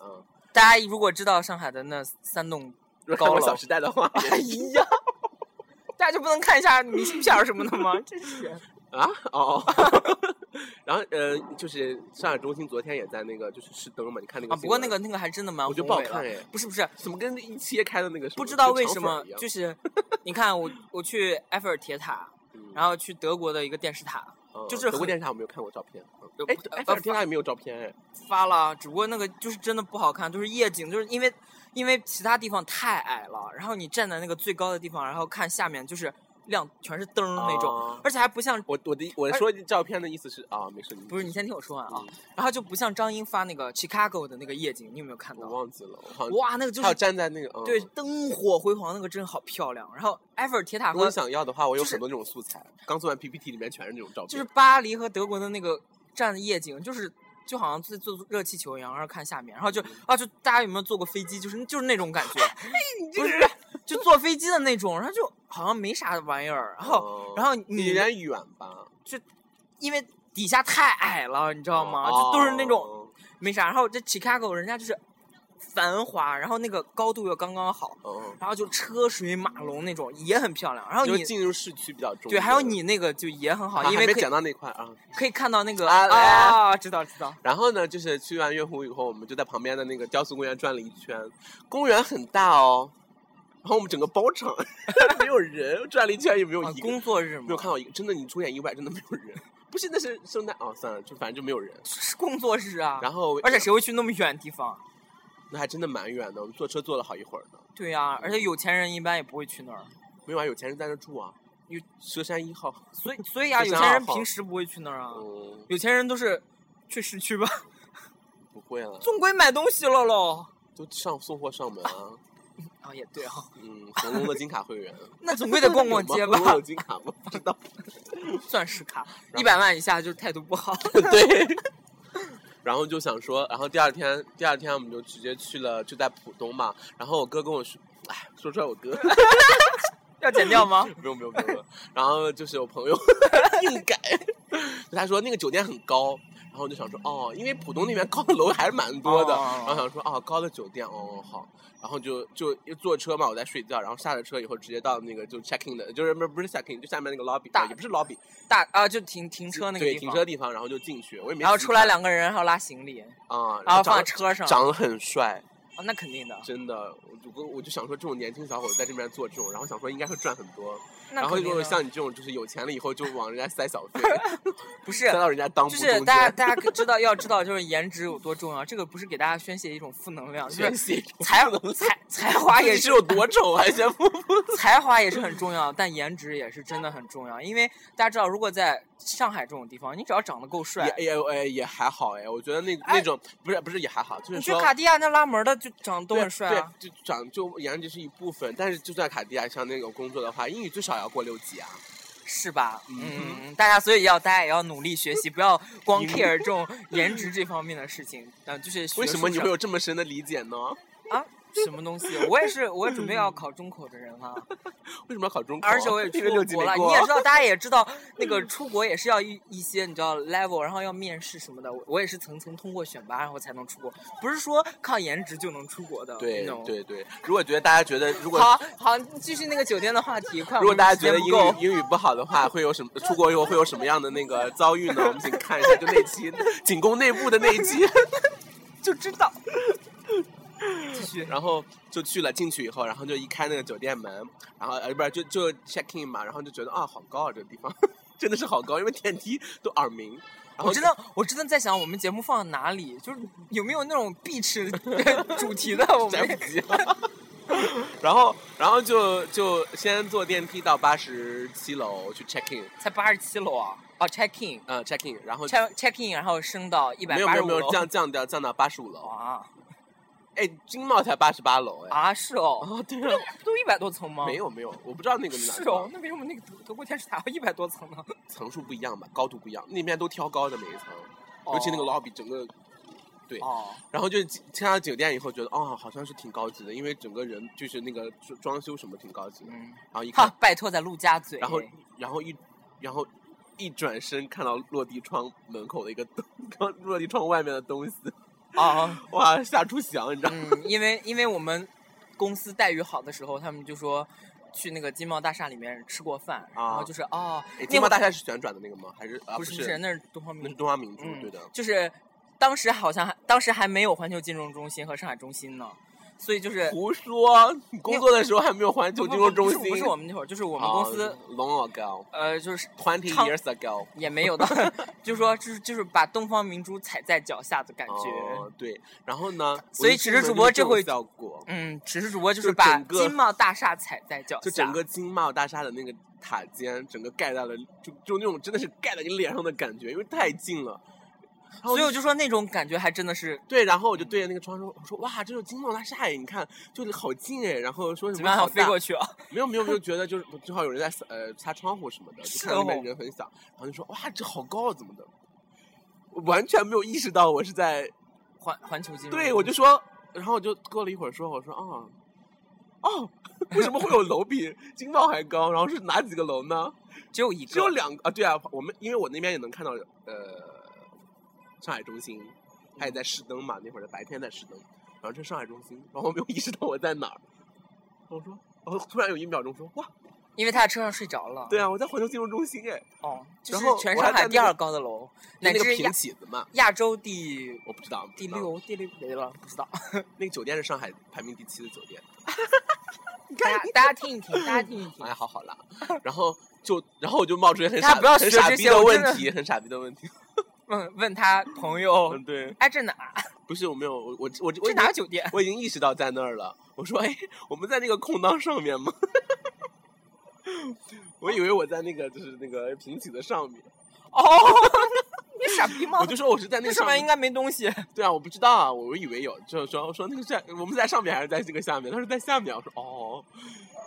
B: 嗯，
A: 大家如果知道上海的那三栋，
B: 如果看
A: 高
B: 过
A: 楼
B: 《小时代》
A: (laughs)
B: 的话，
A: (laughs) 哎呀，大家就不能看一下明信片儿什么的吗？真是。
B: 啊
A: (laughs)
B: 哦， (laughs) 然后呃，就是上海中心昨天也在那个就是试灯嘛，你看那个
A: 啊，不过那
B: 新
A: 个
B: 闻
A: 那个还真的蛮
B: 我觉得
A: 宏
B: 不
A: 伟
B: 好看
A: 了
B: 哎
A: 不是不是，
B: 怎么跟一切开的那个什么
A: 不知道
B: 就
A: 为
B: 肠
A: 什
B: 粉
A: 么
B: 一，样
A: 就是你看我我去埃菲尔铁塔，
B: 嗯
A: 然后去德国的一个电视塔
B: 嗯
A: 就是
B: 德国
A: 很
B: 电视塔我没有看过照片，
A: 就
B: 嗯哎
A: 不，
B: 哎，
A: 呃
B: 反正天塔也没有照片哎，
A: 发了，只不过那个就是真的不好看，就是夜景，就是因为因为其他地方太矮了，然后你站在那个最高的地方，然后看下面就是亮全是灯那种，
B: 哦
A: 而且还不像
B: 我我的我
A: 哎
B: 说照片的意思是啊，没事，
A: 不是你先听我说完啊，
B: 嗯
A: 然后就不像张英发那个 Chicago 的那个夜景，你有没有看
B: 我
A: 到？
B: 忘记了，我好像
A: 哇，那个就
B: 还有
A: 是
B: 站在那个嗯
A: 对灯火辉煌，那个真好漂亮。然后埃菲尔铁塔
B: 如果
A: 和
B: 你想要的话，我有
A: 就是
B: 很多那种素材。刚做完 PPT，里面全是那种照片。
A: 就是巴黎和德国的那个站的夜景，就是就好像在坐热气球一样，然后看下面，然后就啊，就大家有没有坐过飞机？就是就是那种感
B: (laughs)
A: 觉，
B: 哎
A: 不是就坐飞机的那种，然后就好像没啥玩意儿，然后
B: 哦
A: 然后
B: 你
A: 你
B: 有点远吧？
A: 因为底下太矮了，你知道吗？就都是那种
B: 哦，
A: 没啥，然后这 Chicago 人家就是繁华，然后那个高度又刚刚好，
B: 哦
A: 然后就车水马龙那种也很漂亮，然后
B: 哦，就
A: 你
B: 是。进入市区比较重要。
A: 对，还有你那个就也很好，
B: 啊，
A: 因
B: 还
A: 为
B: 没
A: 可以
B: 讲到那块啊。
A: 可以看到那个
B: 啊来啊
A: 啊，知道知道，
B: 然后呢，就是去完月湖以后，我们就在旁边的那个雕塑公园转了一圈，公园很大哦。然后我们整个包场 (laughs) 没有人，转了一圈也没有
A: 啊
B: 一个，
A: 工作日嘛，
B: 没有看到一个。真的，你出点意外，真的没有人。不是，那是圣诞哦，算了，就反正就没有人。
A: 是工作日啊。
B: 然后，
A: 而且谁会去那么远的地方？
B: 那还真的蛮远的，我们坐车坐了好一会儿呢。
A: 对呀、而且有钱人一般也不会去那儿，
B: 没有啊，有钱人在那住啊。
A: 有
B: 佘山一号，
A: 所以所以啊，
B: 就
A: 有
B: 像
A: 钱人
B: 二号
A: 平时不会去那儿啊，
B: 嗯，
A: 有钱人都是去市区吧，
B: 不会了，
A: 总归买东西了喽。
B: 都上送货上门啊。
A: 啊，也对哈、
B: 嗯，红龙的金卡会
A: (laughs)
B: 员，
A: 那总归得逛逛街
B: (laughs)
A: 吧
B: 有，吗红龙有金卡吗？不知道。
A: 钻石卡，
B: 后
A: 一百万以下就是态度
B: (laughs)
A: 不好。
B: 对。然后就想说，然后第二天，第二天我们就直接去了，就在浦东嘛。然后我哥跟我说，哎，说出来我哥， (laughs)
A: 要剪掉吗？
B: 不用不用不用不用。然后就是我朋友 (laughs) 硬改，就他说那个酒店很高，然后我就想说哦，因为浦东那边高的楼还是蛮多的，
A: 哦
B: 然后想说哦高的酒店哦好，然后就就一坐车嘛，我在睡觉，然后下了车以后直接到那个就 check in 的，就是不不是 check in，就下面那个 lobby，呃
A: 大
B: 也不是 lobby，
A: 大啊，就停停车那个
B: 对
A: 地方，
B: 停车地方，然后就进去，我也没
A: 然后
B: 仔细
A: 出来
B: 看
A: 两个人，然后拉行李，
B: 啊，
A: 然后
B: 长
A: 放
B: 得
A: 车上。
B: 长得很帅，
A: 啊，那肯定的，
B: 真的，我就我就想说这种年轻小伙子在这边做这种，然后想说应该会赚很多，
A: 那
B: 然后
A: 肯
B: 如
A: 定
B: 果
A: 的。
B: 像你这种就是有钱了以后就往人家塞小费。
A: 不 (laughs) 是
B: 塞到人家裆部
A: 就是
B: 中
A: 大家
B: (laughs) 间，
A: 大家可知道要知道就是颜值有多重要，这个不是给大家宣泄一种负能量，就
B: 宣
A: 是
B: 泄 (laughs)
A: 才才才华也
B: 自己 (laughs)
A: 是
B: 有多丑啊，
A: (laughs)
B: 先不
A: 才华也是很重要，但颜值也是真的很重要，因为大家知道，如果在上海这种地方，你只要长得够帅，
B: 也也也也还好哎，我觉得那
A: 哎
B: 那种不是不是也还好，就是
A: 你去
B: 说
A: 卡地亚那拉门的就长得都
B: 对
A: 很帅啊。
B: 对，就长就颜值是一部分，但是就在卡地亚像那种工作的话，英语最少要过六级啊。
A: 是吧？
B: 嗯
A: 嗯，大家所以要大家也要努力学习，不要光
B: 你 (laughs)
A: care 这种颜值这方面的事情。嗯、就是学
B: 为什么
A: 术
B: 你
A: 上
B: 会有这么深的理解呢？
A: 啊？什么东西？我也是，我也准备要考中考的人了。
B: 为什么要考中考？啊
A: 而且我
B: (laughs)
A: 也
B: 因
A: 出
B: 为六级
A: 国
B: 没
A: 了，
B: 过
A: 你也
B: (laughs)
A: 知道，大家也知道，那个出国也是要一一些你知道 level，然后要面试什么的。我我也是层层通过选拔，然后才能出国，不是说靠颜值就能出国的。
B: 对
A: no。
B: 对对，如果觉得大家觉得如果
A: 好好，继续那个酒店的话题，快。
B: 如果大家觉得英语
A: 不够，
B: 英语不好的话，会有什么出国以后会有什么样的那个遭遇呢？我们请看一下，就那期仅供内部的那一期。
A: 就知道。继续。
B: (laughs) 然后就去了，进去以后，然后就一开那个酒店门，然后呃不是就就 check in 嘛，然后就觉得啊好高啊这个地方， (laughs) 真的是好高，因为电梯都耳鸣。然后
A: 我真的，我真的在想，我们节目放在哪里？就是有没有那种必吃主题的？ (laughs) 我
B: 来
A: 们
B: 不及了。 (laughs) 然后然后就就先坐电梯到八十七楼去 check in，
A: 才八十七楼啊！哦，check
B: 呃 check in，然后
A: in，check check in，然后升到一百
B: 没有
A: 八
B: 没
A: 十
B: 有
A: 五
B: 没有
A: 楼。
B: 降降掉降到八十五楼，
A: 啊
B: 哎金茂才八十八楼哎。
A: 啊，是哦。
B: 哦对
A: 不
B: 了
A: 是，都一百多层吗？
B: 没有没有，我不知道那个哪
A: 是
B: 个
A: 哦，那为什么那个德德国电视塔要一百多层呢？
B: 层数不一样吧，高度不一样，那边都挑高的每一层，哦尤其那个 lobby 整个对
A: 哦，
B: 然后就进进到酒店以后，觉得哦，好像是挺高级的，因为整个人就是那个装装修什么挺高级的。
A: 嗯，
B: 然后一
A: 哈
B: 看，，
A: 拜托在陆家嘴，
B: 然后然后一然后一转身看到落地窗门口的一个东，落地窗外面的东西，
A: 哦，嗯
B: 哇，吓出翔，你知道吗？
A: 嗯，因为因为我们公司待遇好的时候，他们就说去那个金茂大厦里面吃过饭，
B: 啊
A: 然后就是哦，
B: 诶
A: 那
B: 哎金
A: 会
B: 茂
A: 儿
B: 大厦是旋转的那个吗？还是啊
A: 不
B: 不
A: 是不是，那是东方
B: 那是
A: 明珠，
B: 东方明珠
A: 嗯，
B: 对的。
A: 就是当时好像还当时还没有环球金融中心和上海中心呢，所以就是
B: 胡说！你工作的时候还没有环球金融中心？啊
A: 不是不是我们那会儿，就是我们公司、
B: long ago
A: 呃就是。
B: twenty
A: 唱
B: years ago。
A: 也没有的， (laughs) 就是说，就是就是把东方明珠踩在脚下的感觉。
B: 哦，对，然后呢？
A: 所以
B: 我一
A: 只
B: 进门
A: 是主播
B: 就
A: 这
B: 种
A: 会
B: 效果，
A: 嗯，只是主播就
B: 就是
A: 把
B: 整个
A: 金茂大厦踩在脚下，
B: 就整个金茂大厦的那个塔尖，整个盖到了，就就那种真的是盖在你脸上的感觉，因为太近了。然后
A: 所以我就说那种感觉还真的是
B: 对，然后我就对着那个窗说：“我说哇，这是金茂大厦哎，你看，就是好近哎。”然后说什
A: 怎么样
B: 好
A: 要飞
B: 大
A: 过去
B: (laughs)
A: 啊？
B: 没有没有没有，觉得就是正好有人在呃擦窗户什么的，就是看到那边
A: 哦
B: 人很小，然后就说哇这好高啊怎么的，我完全没有意识到我是在
A: 环环球金融，
B: 对我就说，然后我就过了一会儿说我说哦哦为什么会有楼比金茂还高？然后是哪几个楼呢？
A: 只有一个，
B: 只有两个啊对啊，我们因为我那边也能看到呃上海中心，它也在试灯嘛，那会儿白天在试灯，然后这是上海中心，然后我没有意识到我在哪儿，我说我突然有一秒钟说哇。
A: 因为他在车上睡着了。
B: 对啊，我在环球金融中心哎，
A: 哦，就
B: 然
A: 是
B: 后
A: 全
B: 我
A: 上
B: 还在
A: 海
B: 那
A: 第二
B: 个
A: 高的楼，
B: 就那
A: 乃
B: 个
A: 至
B: 平
A: 亚
B: 起子嘛，
A: 亚洲第
B: 我不知道。不
A: 第
B: 知道，
A: 六、第六没了，不知道。
B: 那个酒店是上海排名第七的酒店，你
A: 大
B: 看
A: 家，大家听一听，大家听
B: (laughs)
A: 一听
B: 哎，。好好
A: (laughs)
B: 啦。然后就，然后我就冒出一个很
A: 大家
B: 傻
A: 不要
B: 很
A: 学
B: 傻
A: 这
B: 逼
A: 些
B: 的
A: 我真
B: 问
A: 的
B: 题，很傻逼的问题。
A: 问问他朋友
B: 嗯，，对，
A: 哎，这哪？
B: 不是我没有，我我我我
A: 这
B: 已
A: 哪
B: 经
A: 个酒店？
B: 我已经意识到在那儿了。我说，哎，我们在那个空档上面吗？ (laughs) 我以为我在那个就是那个平起的上面，
A: 哦，
B: (laughs)
A: 你傻逼吗
B: 我？就说我是在那
A: 那
B: 个
A: 哦上
B: 上
A: 面
B: 面
A: 应该没东西。
B: 对啊，我不知道啊，我以为有，就是说说那个在我们在上面还是在这个下面？他说在下面，我说哦，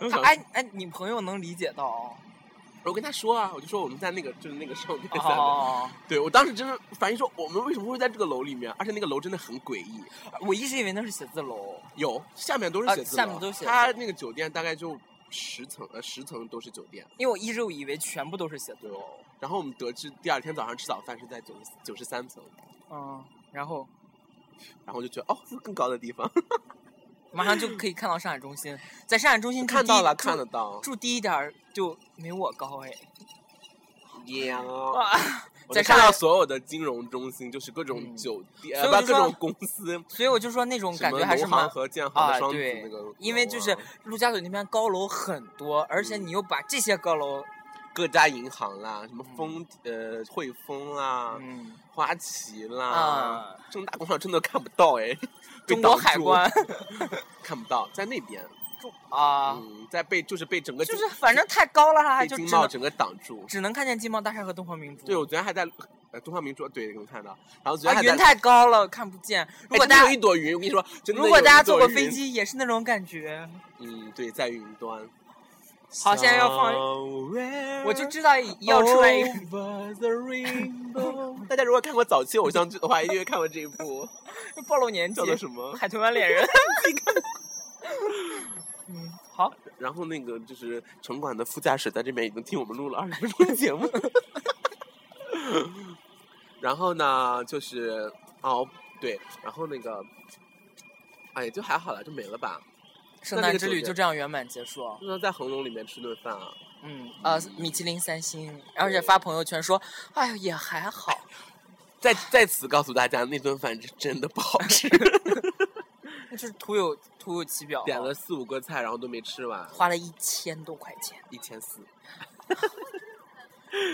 B: 我
A: 他
B: 想
A: 哎哎，你朋友能理解到哦。
B: (laughs) 我跟他说啊，我就说我们在那个就是那个上面，下面
A: 哦，
B: 对我当时真的反应说我们为什么会在这个楼里面，而且那个楼真的很诡异，
A: 我一直以为那是写字楼。
B: 有下面都是
A: 啊
B: 写字楼，
A: 下面都是写字楼
B: 他那个酒店大概就十层呃十层都是酒店，
A: 因为我一直以为全部都是写字
B: 对
A: 楼。
B: 哦。然后我们得知第二天早上吃早饭是在九十九十三层，
A: 嗯，然后
B: 然后就觉得哦，这是更高的地方，
A: 马上就可以看到上海中心，在上海中心住
B: (laughs) 看到
A: 低
B: 了
A: 住
B: 看得到，
A: 住低一点儿就没我高哎。
B: 呀。
A: 哇，
B: 我
A: 在
B: 能看
A: 上
B: 到
A: 海
B: 所有的金融中心，就是各种
A: 嗯
B: 酒店，呃
A: 所
B: 不、
A: 以我就
B: 各
A: 说
B: 种公司，
A: 所以我就说那种
B: 什
A: 感
B: 么
A: 觉还是
B: 农行
A: 蛮。
B: 和建行的
A: 啊
B: 双子
A: 对
B: 那个楼啊，
A: 因为就是陆家嘴那边高楼很多，而且
B: 嗯
A: 你又把这些高楼，
B: 各家银行啦，什么丰、呃汇丰啦、
A: 嗯，
B: 花旗啦，
A: 啊
B: 正大广场真的看不
A: (laughs)
B: 到哎，被
A: 中国
B: 挡
A: 海
B: 住 (laughs)
A: 关
B: 看不到，在那边，
A: 啊，
B: 嗯，在被就是被整个
A: 就
B: 金
A: 是反正太高了，它
B: 被
A: 就只
B: 金茂
A: 能
B: 整个挡住。
A: 只能看见金茂大厦和东方明珠。
B: 对，我昨天还在呃东方明珠，对，能看到，然后昨天
A: 啊，
B: 还在。
A: 云太高了，看不见。如
B: 哎
A: 果
B: 真的
A: 大
B: 有一
A: 家
B: 朵云，我跟你说，真的
A: 如果
B: 有
A: 大家
B: 一朵
A: 坐过飞
B: 云，
A: 机，也是那种感觉。
B: 嗯，对，在云端。
A: 好现在要放
B: Somewhere
A: 我就知道要出来一个
B: Over the rainbow (laughs) 大家如果看过早期偶像剧的话，一定会看过这一部，
A: (laughs) (laughs) 暴露年纪
B: 叫，做什么？
A: 海豚湾恋人。嗯，好，
B: 然后那个就是城管的副驾驶在这边已经听我们录了二十分钟的节目。 (laughs) 然后呢，就是哦，对，然后那个，哎，也就还好了，就没了吧。
A: 圣诞之旅就这样圆满结束。
B: 就是在恒隆里面吃顿饭啊，
A: 嗯，呃，米其林三星，而且发朋友圈说，哎呀，也还好。
B: 在在此告诉大家，那顿饭是真的不好吃， (laughs)
A: 就是徒有徒有其表，啊
B: 点了四五个菜，然后都没吃完，
A: 花了一千多块钱。
B: 一千四。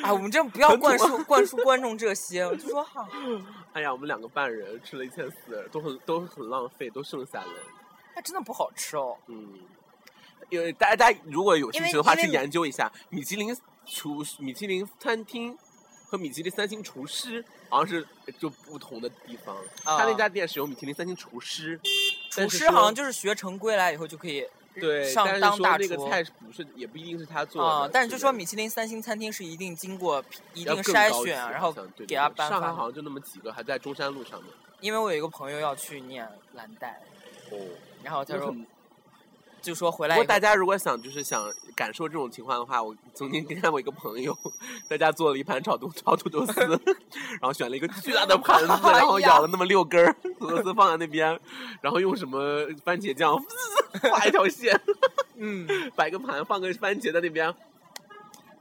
A: 啊，我们真不要灌输 (laughs) 灌输观众这些，我就说哈，
B: 哎呀，我们两个半人吃了一千四，都很都很浪费，都剩下了。
A: 它真的不好吃哦。
B: 嗯，因为大家大家如果有兴趣的话，
A: 因为
B: 去
A: 因为
B: 研究一下米其林厨米其林餐厅和米其林三星厨师，好像是就不同的地方。
A: 啊
B: 他那家店是有米其林三星厨师，
A: 厨
B: 但是
A: 师好
B: 说
A: 像就是学成归来以后就可以
B: 对，
A: 上
B: 但是
A: 当
B: 说
A: 大
B: 那个
A: 厨
B: 菜是不是也不一定是他做的
A: 啊、但是就说
B: 米
A: 米其林三星餐厅是一定经过一
B: 一
A: 定筛选，啊然后给他颁
B: 上海
A: 发
B: 好
A: 的。
B: 像就那么几个，还在中山路上面。
A: 因为我有一个朋友要去念蓝带，
B: 哦，
A: 然后他
B: 就
A: 说
B: 很
A: 就说回
B: 不
A: 来
B: 过
A: 以后
B: 大家如果想就是想感受这种情况的话，我曾经跟我一个朋友在家做了一盘炒土炒土
A: (laughs)
B: 豆丝，然后选了一个巨大的盘子，
C: 哎呀
B: 然后舀了那么六根儿土豆丝放在那边，然后用什么番茄酱画一条线，
A: 嗯，
B: 摆个盘放个番茄在那边。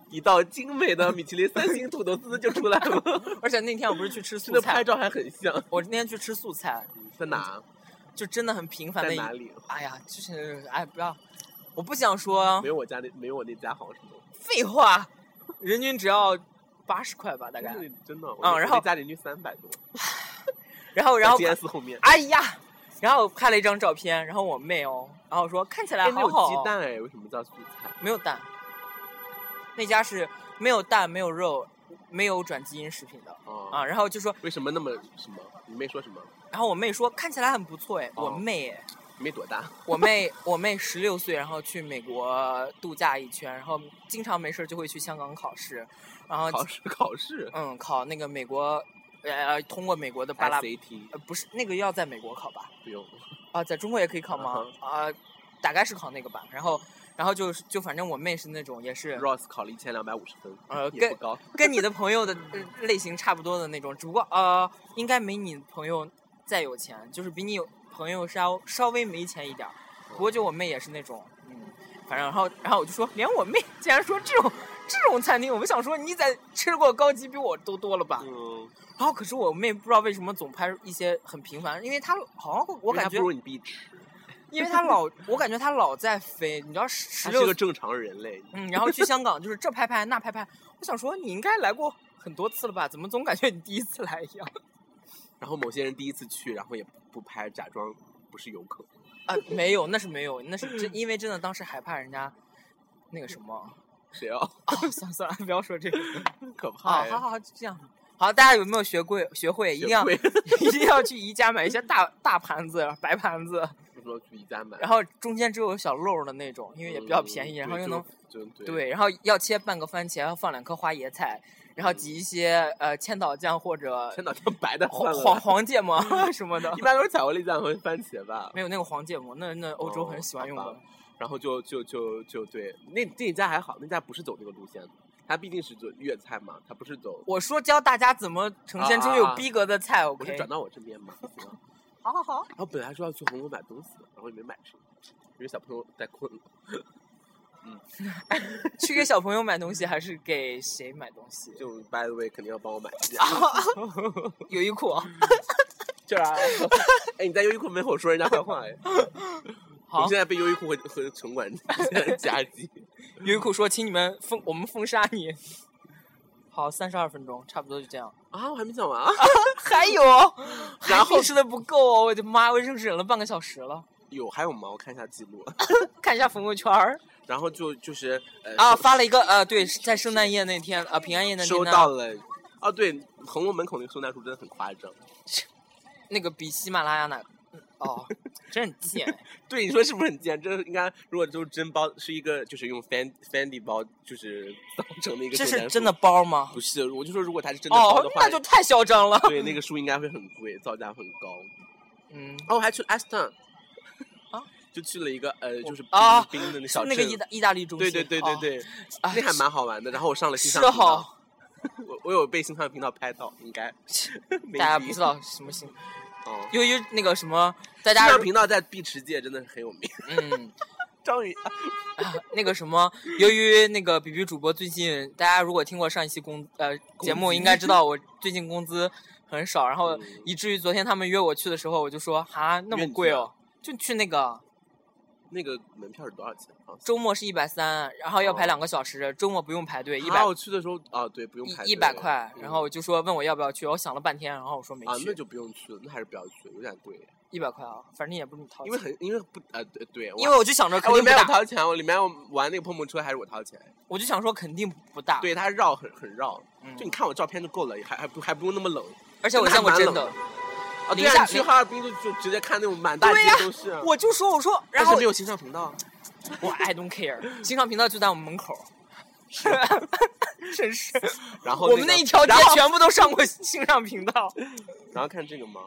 B: 一道精美的米其林三星土豆丝就出来
A: (laughs)
B: 了，
A: 而且那天我嗯不是去吃
B: 真
A: 素
B: 的拍
A: 菜，
B: 照还很像。
A: 我那天去吃素菜，
B: 在哪？
A: 就真的很平凡的
B: 在
A: 一
B: 哪里？
A: 哎呀，就是哎，不要，我不想说
B: 没有我家那没有我那家好吃。
A: 废话，人均只要八十块吧，大概。
B: 真的真的。
A: 嗯
B: 我
A: 然后
B: 我家邻居三百多，
A: 然后，然后
B: 在，GS 后面。
A: 哎呀，然后拍了一张照片，然后我妹哦，然后说看起来
B: 哎，没
A: 好
B: 有
A: 好，
B: 鸡蛋哎，为什么叫素菜？
A: 没有蛋，那家是没有蛋、没有肉、没有转基因食品的
B: 哦
A: 啊。然后就说，
B: 为什么那么什么？你妹说什么？
A: 然后我妹说看起来很不错哎，
B: 哦
A: 我妹哎。
B: 你妹多大？
A: 我妹，我妹十六岁，然后去美国度假一圈，然后经常没事儿就会去香港考试，然后
B: 考试考试
A: (laughs) 嗯考那个美国，呃通过美国的巴拉，
B: ，SAT
A: 呃不是那个要在美国考吧？
B: 不用。
A: 啊，在中国也可以考吗？
B: 嗯
A: 啊、大概是考那个吧。然后，然后就是就反正我妹是那种也是
B: Ross 考了一千两百五十分，
A: 呃
B: 也不
A: 跟
B: 高。
A: 跟你的朋友的呃类型差不多的那种，只不过呃应该没你朋友再有钱，就是比你有朋友稍稍微没钱一点儿。不过就我妹也是那种，嗯，反正然后然后我就说，连我妹竟然说这种这种餐厅，我们想说你在吃过高级比我都多了吧？
B: 嗯，
A: 然后可是我妹不知道为什么总拍一些很平凡，因为她好像
B: 因
A: 我
B: 为
A: 感
B: 她
A: 觉
B: 不，如你必吃。
A: 因为她老我感觉她老在飞，你知道十
B: 她是
A: 六
B: 个正常人类。
A: 嗯，然后去香港就是这拍拍那拍拍，我想说你应该来过很多次了吧？怎么总感觉你第一次来一样？
B: 然后某些人第一次去，然后也不拍，假装不是游客。
A: 啊，没有，那是没有，那是 (laughs) 真因为真的当时害怕人家那个什 (laughs) 么
B: 谁啊？
A: 啊，算了算了，不要说这个
B: (laughs) 可
A: 啊
B: 怕，
A: 好
B: 呀！
A: 好好，就这样。好，大家有没有学会学会？一定要
B: 学会 (laughs)
A: 一定要去宜家买一些大大盘子、白盘子，
B: 为什么要去宜家买？
A: 然后中间只有小漏儿的那种，因为也比较便宜，
B: 嗯
A: 然后又能
B: 对就就对
A: 对，然后要切半个番茄，然后放两颗花椰菜，然后挤一些呃千岛酱或者
B: 千岛酱白的
A: 黄
B: 算了
A: 黄黄芥末 (laughs) 什么的
B: 一，般都是巧克力酱和番茄吧。
A: 嗯没有那个黄芥末，那那欧洲很喜欢用的。
B: 哦好吧然后就就就就对，那那家还好，那家不是走那个路线的，它毕竟是走粤菜嘛，它不是走，
A: 我说教大家怎么呈现出有逼格的菜
B: 不是
A: ，OK？
B: 转到我这边嘛。行啊
A: 好好好，
B: 然后本来说要去红楼买东西的，然后也没买成，因为小朋友在困了。
A: (laughs) 去给小朋友买东西还是给谁买东西？
B: 就 by the way 肯定要帮我买一件，
A: 啊优衣库。啊 (laughs)
B: 就是啊。哎，你在优衣库门口说人家坏话
A: (laughs)
B: 哎，我
A: 好
B: 们现，在被优衣库和和城
A: (laughs)
B: 管夹击。
A: 优衣库说，请你们封，我们封杀你。好，三十二分钟，差不多就这样。
B: 啊，我还没讲完啊！
A: (laughs) 还 (laughs) 有，
B: 然后
A: 还吃的不够哦！我的妈，我已经忍了半个小时了。
B: 有还有吗？我看一下记录。啊
A: 看一下朋友圈儿
B: 然后就就是呃
A: (laughs) 啊，发了一个呃，对，在圣诞夜那天啊，平安夜那天
B: 收
A: 呢
B: 到了。哦，对，红楼门口那个圣诞树真的很夸张。
A: 那个比喜马拉雅那哦，真很贱。
B: 对，你说是不是很贱？这应该如果就是真包，是一个就是用 fan fendi 包，就是造成的一个
A: 这
B: 圣诞
A: 是
B: 树
A: 真的，包吗？
B: 不是。我就说，如果它是真的包
A: 哦
B: 的，话，
A: 那就太嚣张了。
B: 对那个树应该会很贵，造价很高。
A: (laughs) 嗯，
B: 哦，我还去了 Aston，
A: 啊，
B: (laughs) 就去了一个呃，就是冰
A: 啊
B: 冰的那小
A: 是那个
B: 镇
A: 意大意大利中
B: 对
A: 心。
B: 对对对
A: 哦，
B: 对，
A: 啊
B: 那还蛮好玩的。然后我上了新
A: 是哦
B: 上频道，
A: 好，
B: 我我有被新上频道拍到，应
A: (laughs)
B: 该
A: 大家不
B: maybe
A: 知道什么新，
B: 哦。
A: 由于那个什么，大
B: 新
A: 家
B: 上频道在碧池界真的是很有名。 (laughs)
A: 嗯。
B: 张宇，
A: 啊那个什么，由于那个比比主播最近，大家如果听过上一期工呃节目，
B: 资
A: 应该知道我最近工资很少，然后
B: 嗯
A: 以至于昨天他们约我去的时候，我就说哈那么
B: 约你去
A: 贵
B: 哪
A: 哦，就去那个
B: 那个门票是多少钱？啊
A: 周末是一百三，然后要排
B: 哦
A: 两个小时，周末不用排队，一百
B: 啊我去的时候啊，对，不用排
A: 一一百
B: 队
A: 块，
B: 嗯
A: 然后我就说问我要不要去，我想了半天，然后我说没
B: 啊，那
A: 去，
B: 就不用去了，那还是不要去，有点贵，
A: 一百块啊，反正也不是你掏
B: 因
A: 钱，
B: 为很因为不啊对对，
A: 因为我就想着
B: 哎
A: 肯
B: 我里
A: 定
B: 面
A: 不
B: 我
A: 大，
B: 掏钱，我里面我玩那个碰碰车还是我掏钱，
A: 我就想说肯定不大，
B: 对，它绕很很绕，
A: 啊嗯
B: 就你看我照片就够了，还还不还不用那么冷
A: 而且我
B: 那还
A: 见过
B: 蛮
A: 真
B: 冷
A: 的
B: 的，啊，
A: 零
B: 对
A: 下
B: 啊，你去
A: 零
B: 哈尔滨就就直接看那种满大
A: 对呀
B: 街都是啊，
A: 我就说我说，然
B: 但是
A: 后
B: 没有形象频道，
A: (laughs) 我 I don't care，新上频道就在我们门口。 (laughs) 真是，
B: (laughs) 然后
A: 我们
B: 那
A: 那
B: 个
A: 一条街
B: 然后
A: 全部都上过新上频道。
B: 然后看这个吗？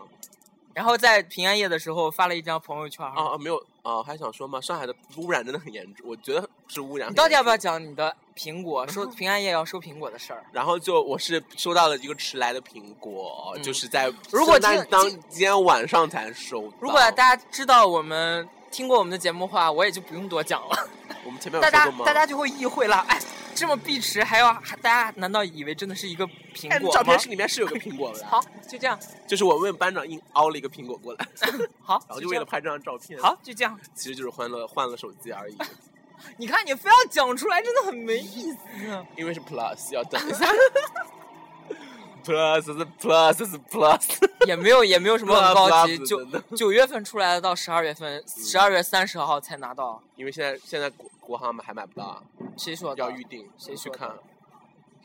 A: 然后在平安夜的时候发了一张朋友圈。
B: 啊啊，没有啊，还想说嘛，上海的污染真的很严重，我觉得是污染。
A: 你到底要不要？讲你的苹
B: (laughs)
A: 果收平安夜要收苹果的事儿？
B: 然后就我是收到了一个迟来的苹果，
A: 嗯
B: 就是在
A: 如
B: 圣
A: 果这
B: 诞
A: 个
B: 当
A: 这
B: 天晚上才收到。
A: 如果大家知道我们听过我们的节目的话，我也就不用多讲了。
B: 我们前面有说
A: 大家
B: 过吗？
A: 大家就会意会了，哎，这么碧池还要还大家难道以为真的是一个苹
B: 哎
A: 果吗？
B: 照片是里面是有个苹果的，
A: 好，
B: (laughs)
A: 就这样，
B: 就是我问班长硬凹了一个苹果过来，
A: 好，
B: 然后就
A: 就这
B: 为了
A: 样，
B: 拍这张照片。，
A: 好，就这样。
B: 其实就是换了换了手机而已，
A: 你看你非要讲出来，真的很没意
B: (laughs)
A: 思。啊
B: 因为是 Plus 要等一下。Plus (laughs) 是 Plus 是 (laughs) Plus，
A: 也没有也没有什么很高级，
B: Plus，
A: 九
B: 真的
A: 九月份出来的，到十二月份，十二月三十号才拿到。
B: (laughs) 因为现在现在国国行还买不到，啊
A: 谁说的？
B: 要预定，
A: 谁
B: 去
A: 说的
B: 看？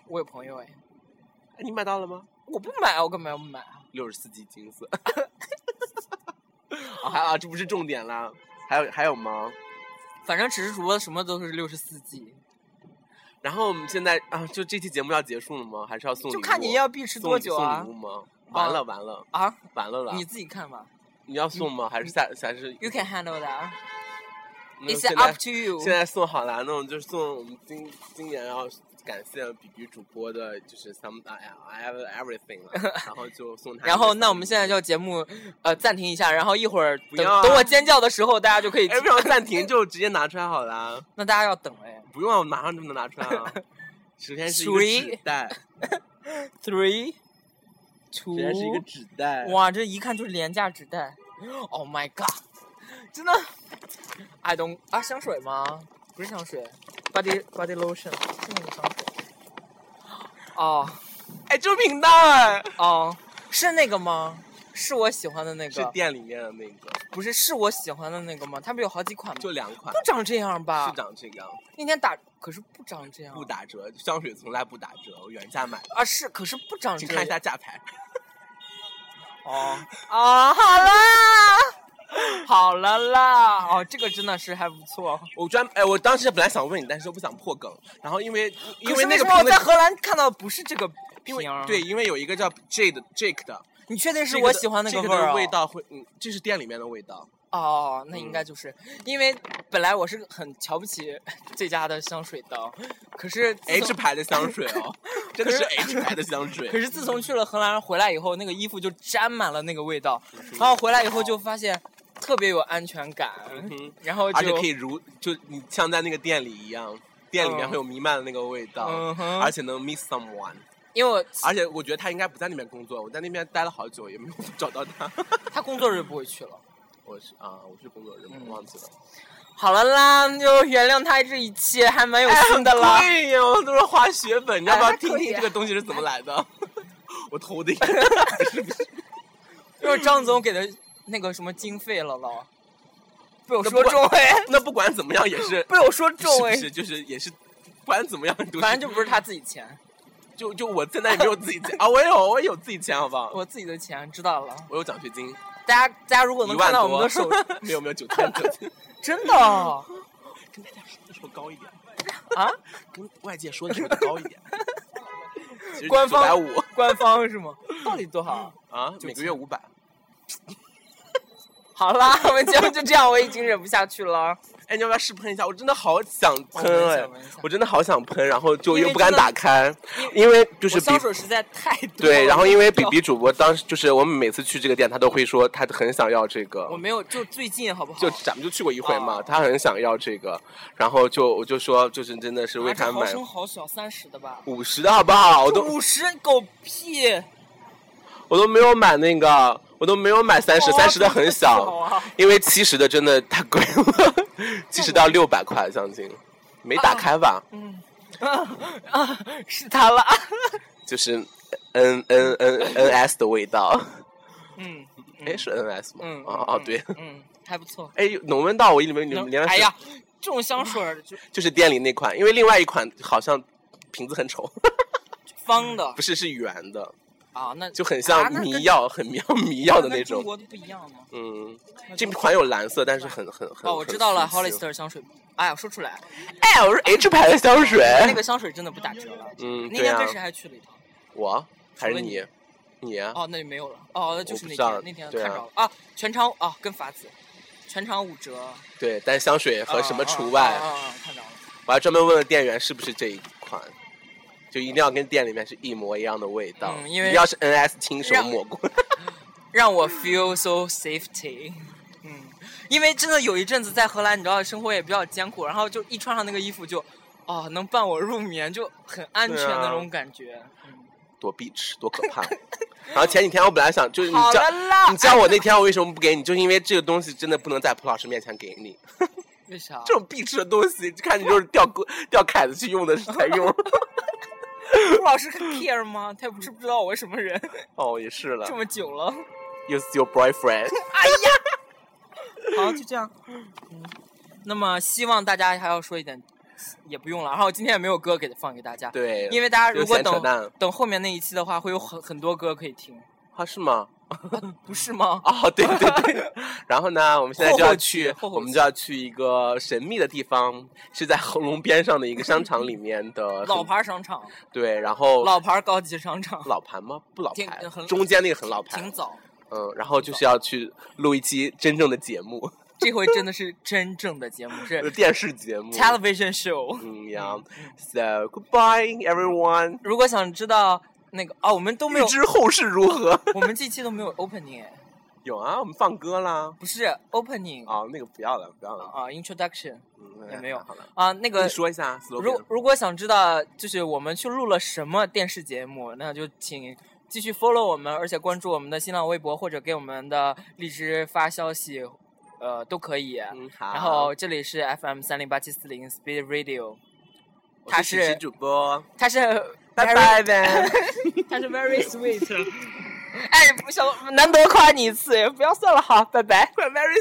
A: 我有朋友哎，
B: 哎你买到了吗？
A: 我不买，我干嘛要买？啊
B: 六十四 G 金色。 (laughs) 啊，还啊，这不是重点啦，还有还有吗？
A: 反正只是主播什么都是六十四 G，
B: 然后我们现在啊，就这期节目要结束了吗？还是要送礼
A: 就
B: 物？
A: 看你要碧池
B: 送
A: 多
B: 礼
A: 久啊
B: 送礼物吗？完了完了
A: 啊！
B: 完了啦！
A: 你自己看吧
B: 你要送吗？还是下还是
A: ，You can handle that.
B: 嗯
A: It's
B: 现
A: up
B: 在
A: to you.
B: 现在送好了，那我们就是送我们今今年要感谢比比主播的，就是 some I have everything
A: (laughs)
B: 了，然后就送 (laughs) 他一个小礼物。
A: 然后，那我们现在叫节目呃暂停一下，然后一会儿
B: 不
A: 等、
B: 要啊
A: 等我尖叫的时候，大家就可以
B: 哎，为什么暂停就直接拿出来好了？
A: 那大家要等哎
B: 不用啊，我马上就能拿出来 (laughs) 啊。首先是一个
A: Three
B: 纸袋，
A: ，three
B: 首
A: two
B: 先是一个纸袋。
A: 哇，这一看就是廉价纸袋。Oh my god！真的，I don't 啊，香水吗？不是香水，body body lotion 是那个香水。哦
B: 哎，这频道哎，
A: 哦，是那个吗？是我喜欢的那
B: 是
A: 个，
B: 店里面的那个，
A: 不是是我喜欢的那个吗？它不是有好几款吗？
B: 就两款
A: 不，长这样吧
B: 是？长这个样子，
A: 那天打可是不长这样。
B: 不打折，香水从来不打折，我原价买的，
A: 啊是，可是不长这
B: 请
A: 样。
B: 看一下价牌。
A: 哦啊，好啦， (laughs) 好了啦，哦，这个真的是还不错。
B: 我专哎，我当时本来想问你，但是又不想破梗，然后因为因
A: 可是
B: 那个
A: 什么我
B: 评
A: 在
B: 论，
A: 荷兰看到的不是这个
B: 因
A: 瓶
B: 为
A: 儿？
B: 对，，因为有一个叫 J 的 Jake 的，
A: 你确定是
B: 这个
A: 我
B: 的
A: 喜欢那
B: 这
A: 个
B: 个
A: 味儿、
B: 的味？道嗯会，嗯，这是店里面的味道，
A: 哦，那应该就是、因为本来我是很瞧不起 (laughs) 这家的香水的，可是自
B: H
A: 从
B: 牌的香水 (laughs) 哦，真的是 H 牌的香
A: 可
B: 水。
A: 是自从去了荷兰回来以后，那个衣服就沾满了那个味道，
B: 嗯
A: 然后回来以后就发现特别有安全感，
B: 嗯哼
A: 然后就
B: 而且可以如就你像在那个店里一样，店里面
A: 嗯
B: 会有弥漫的那个味道，
A: 嗯哼
B: 而且能 miss someone。
A: 因为我
B: 而且我觉得他应该不在那边工作，我在那边待了好久也没有找到他。 (laughs)
A: 他工作日不会去了。
B: 我是啊、我是工作人员，
A: 嗯
B: 忘记了。
A: 好了啦，就原谅他这一切，还蛮有心哎的啦。
B: 对呀，我都是花血本，你要不要
A: 哎还可以
B: 听听
A: 啊
B: 这个东西是怎么来的？ (laughs) 我偷
A: (laughs)
B: 的。
A: 就是张总给的那个什么经费了咯，被我
B: 那
A: 说
B: 不
A: 中哎，
B: 那不管怎么样也是，
A: (laughs) 被我说
B: 是
A: 中
B: 不
A: 哎，
B: 是就是也是，不管怎么样都是
A: 反正就不是他自己钱，
B: 就就我现在也没有自己钱啊，我有我有自己钱，好不好？
A: 我自己的钱知道了。
B: 我有奖学金，
A: 大家大家如果
B: 一
A: 能
B: 万
A: 看到我们
B: 多 (laughs)
A: 的手，，
B: 没有没有九千九千，
A: 真的啊，
B: 跟大家说的时候高一点，跟外界说的时候高一点。 (laughs) 其实
A: 官方
B: 九百五
A: 官方是吗？到底多少？
B: 啊，每个月五百。
A: 好啦， (laughs) 我们节目就这样，我已经忍不下去了。
B: 哎，你要不要试喷一下？我真的好想喷
A: 我闻一下
B: 哎
A: 闻一下，
B: 我真的好想喷，然后就
A: 因为
B: 又不敢
A: 真的
B: 打开，因为就是
A: 我
B: 比
A: 香水实在太多了。
B: 对，然后因为
A: 我
B: 比
A: 掉
B: 比主播当时就是我们每次去这个店，他都会说他很想要这个
A: 我，没有，就最近好不好？
B: 就咱们就去过一回嘛，
A: 哦
B: 他很想要这个，然后就我就说就是真的是为
A: 啊这
B: 他
A: 毫
B: 买
A: 升好小，三十的吧。
B: 五十的好不好？我都
A: 五十狗屁！
B: 我都没有买那个，我都没有买三十，
A: 哦
B: 三十的很
A: 这么
B: 小，
A: 小啊
B: 因为七十的真的太贵了，七十到六百块将近，没
A: 嗯
B: 打开吧？
A: 啊，是他了。
B: 就是 N N N
A: (laughs)
B: N S 的味道，
A: 嗯
B: (laughs) 哎是 N S 吗
A: 嗯，？
B: 哦哦对，
A: 嗯，还不错。
B: 哎能闻到我里面里
A: 能
B: 面
A: 哎呀，这种香水儿就
B: 就是店里那款，因为另外一款好像瓶子很丑，
A: 方的
B: 不是是圆的，
A: 啊，那
B: 嗯就很
A: 啊
B: 像
A: 那跟
B: 迷药，很迷迷药的那
A: 那跟中
B: 种。
A: 国的不一样吗？
B: 嗯，
A: 那
B: 这
A: 中国
B: 款有蓝色，但是很很很。
A: 哦，我知道了
B: 很清晰
A: ，Hollister 香水。哎呀，说出来，
B: 哎，我是 H 牌的香水。
A: 哦那个香水真的不打折了。
B: 嗯，
A: 那
B: 对
A: 天
B: 啊
A: 跟，谁还去了一趟？
B: 我还是
A: 除了
B: 你
A: 你。
B: 你啊
A: 哦，那就没有了。哦，那就是
B: 我不
A: 那天
B: 知道
A: 那天
B: 对
A: 看
B: 啊
A: 着了啊，全场啊跟法子，全场五折，
B: 对，但香水和什么除外，
A: 啊啊啊啊看着了。
B: 我还专门问了店员是不是这一款，就一定要跟店里面是一模一样的味道，
A: 嗯因为
B: 一定要是 NS 亲手
A: 让
B: 抹过。
A: 让我 feel so safety。嗯，因为真的有一阵子在荷兰，你知道生活也比较艰苦，然后就一穿上那个衣服就，哦，能伴我入眠，就很安全
B: 对啊
A: 那种感觉。
B: 多 bitch，多可怕。然后前几天我本来想，就是你
A: 好
B: 叫
A: 了啦
B: 你叫我那天我为什么不给你，就是因为这个东西真的不能在蒲老师面前给你，
A: 为啥？
B: 这种 bitch 的东西，看着就是吊钩吊凯子去用的才
A: (laughs)
B: 用。
A: 朱老师 care 吗？他也不知不知道我什么人，
B: 哦，也是了
A: 这么久了。 (laughs)
B: ，use your boyfriend。
A: 好，就这样。嗯，那么希望大家还要说一点，也不用了。然后今天也没有歌给放给大家，
B: 对，
A: 因为大家如果
B: 有闲扯淡
A: 等等后面那一期的话，会有很很多歌可以听，
B: 啊是吗？
A: 不是吗？
B: (laughs) 哦，对对对。然后呢，我们现在就
A: 霍
B: 要
A: 霍
B: 去
A: 区，霍霍
B: 我们就要去一个神秘的地方，是在恒隆边上的一个商场里面的
A: 老牌商场，
B: 对，然后
A: 老牌高级商场，
B: 老牌吗？不老
A: 挺
B: 牌
A: 很，
B: 中间那个很老牌，
A: 挺早。
B: 嗯，然后就是要去录一期真正的节目，
A: 这回真的是真正的节目，是
B: 电视节目。
A: television show。
B: 嗯呀，So goodbye everyone，
A: 如果想知道那个哦，我 (laughs) 们都
B: 预
A: 没有，
B: 知后事如何？ (laughs)
A: 我们这期都没有 opening，哎
B: 有啊，我们放歌啦。
A: 不是 opening
B: 啊，那个不要了，不要了，
A: 啊，introduction
B: 嗯，
A: 也没有
B: 好了。
A: 啊，那
B: 你
A: 个。
B: 说一下
A: 如
B: slogan，
A: 如果想知道就是我们去录了什么电视节目，那就请继续 follow 我们，而且关注我们的新浪微博或者给我们的荔枝发消息，呃，都可以。
B: 嗯，好。
A: 然后这里是 FM 三零八七四零 Speed Radio，
B: 我
A: 他
B: 是
A: 是
B: 琪琪主播，
A: 它是
B: 拜
A: very-
B: 拜呗。
A: 他是 very (laughs) sweet。哎，不想难得夸你一次，不要算了，好，拜拜。
B: Very sweet。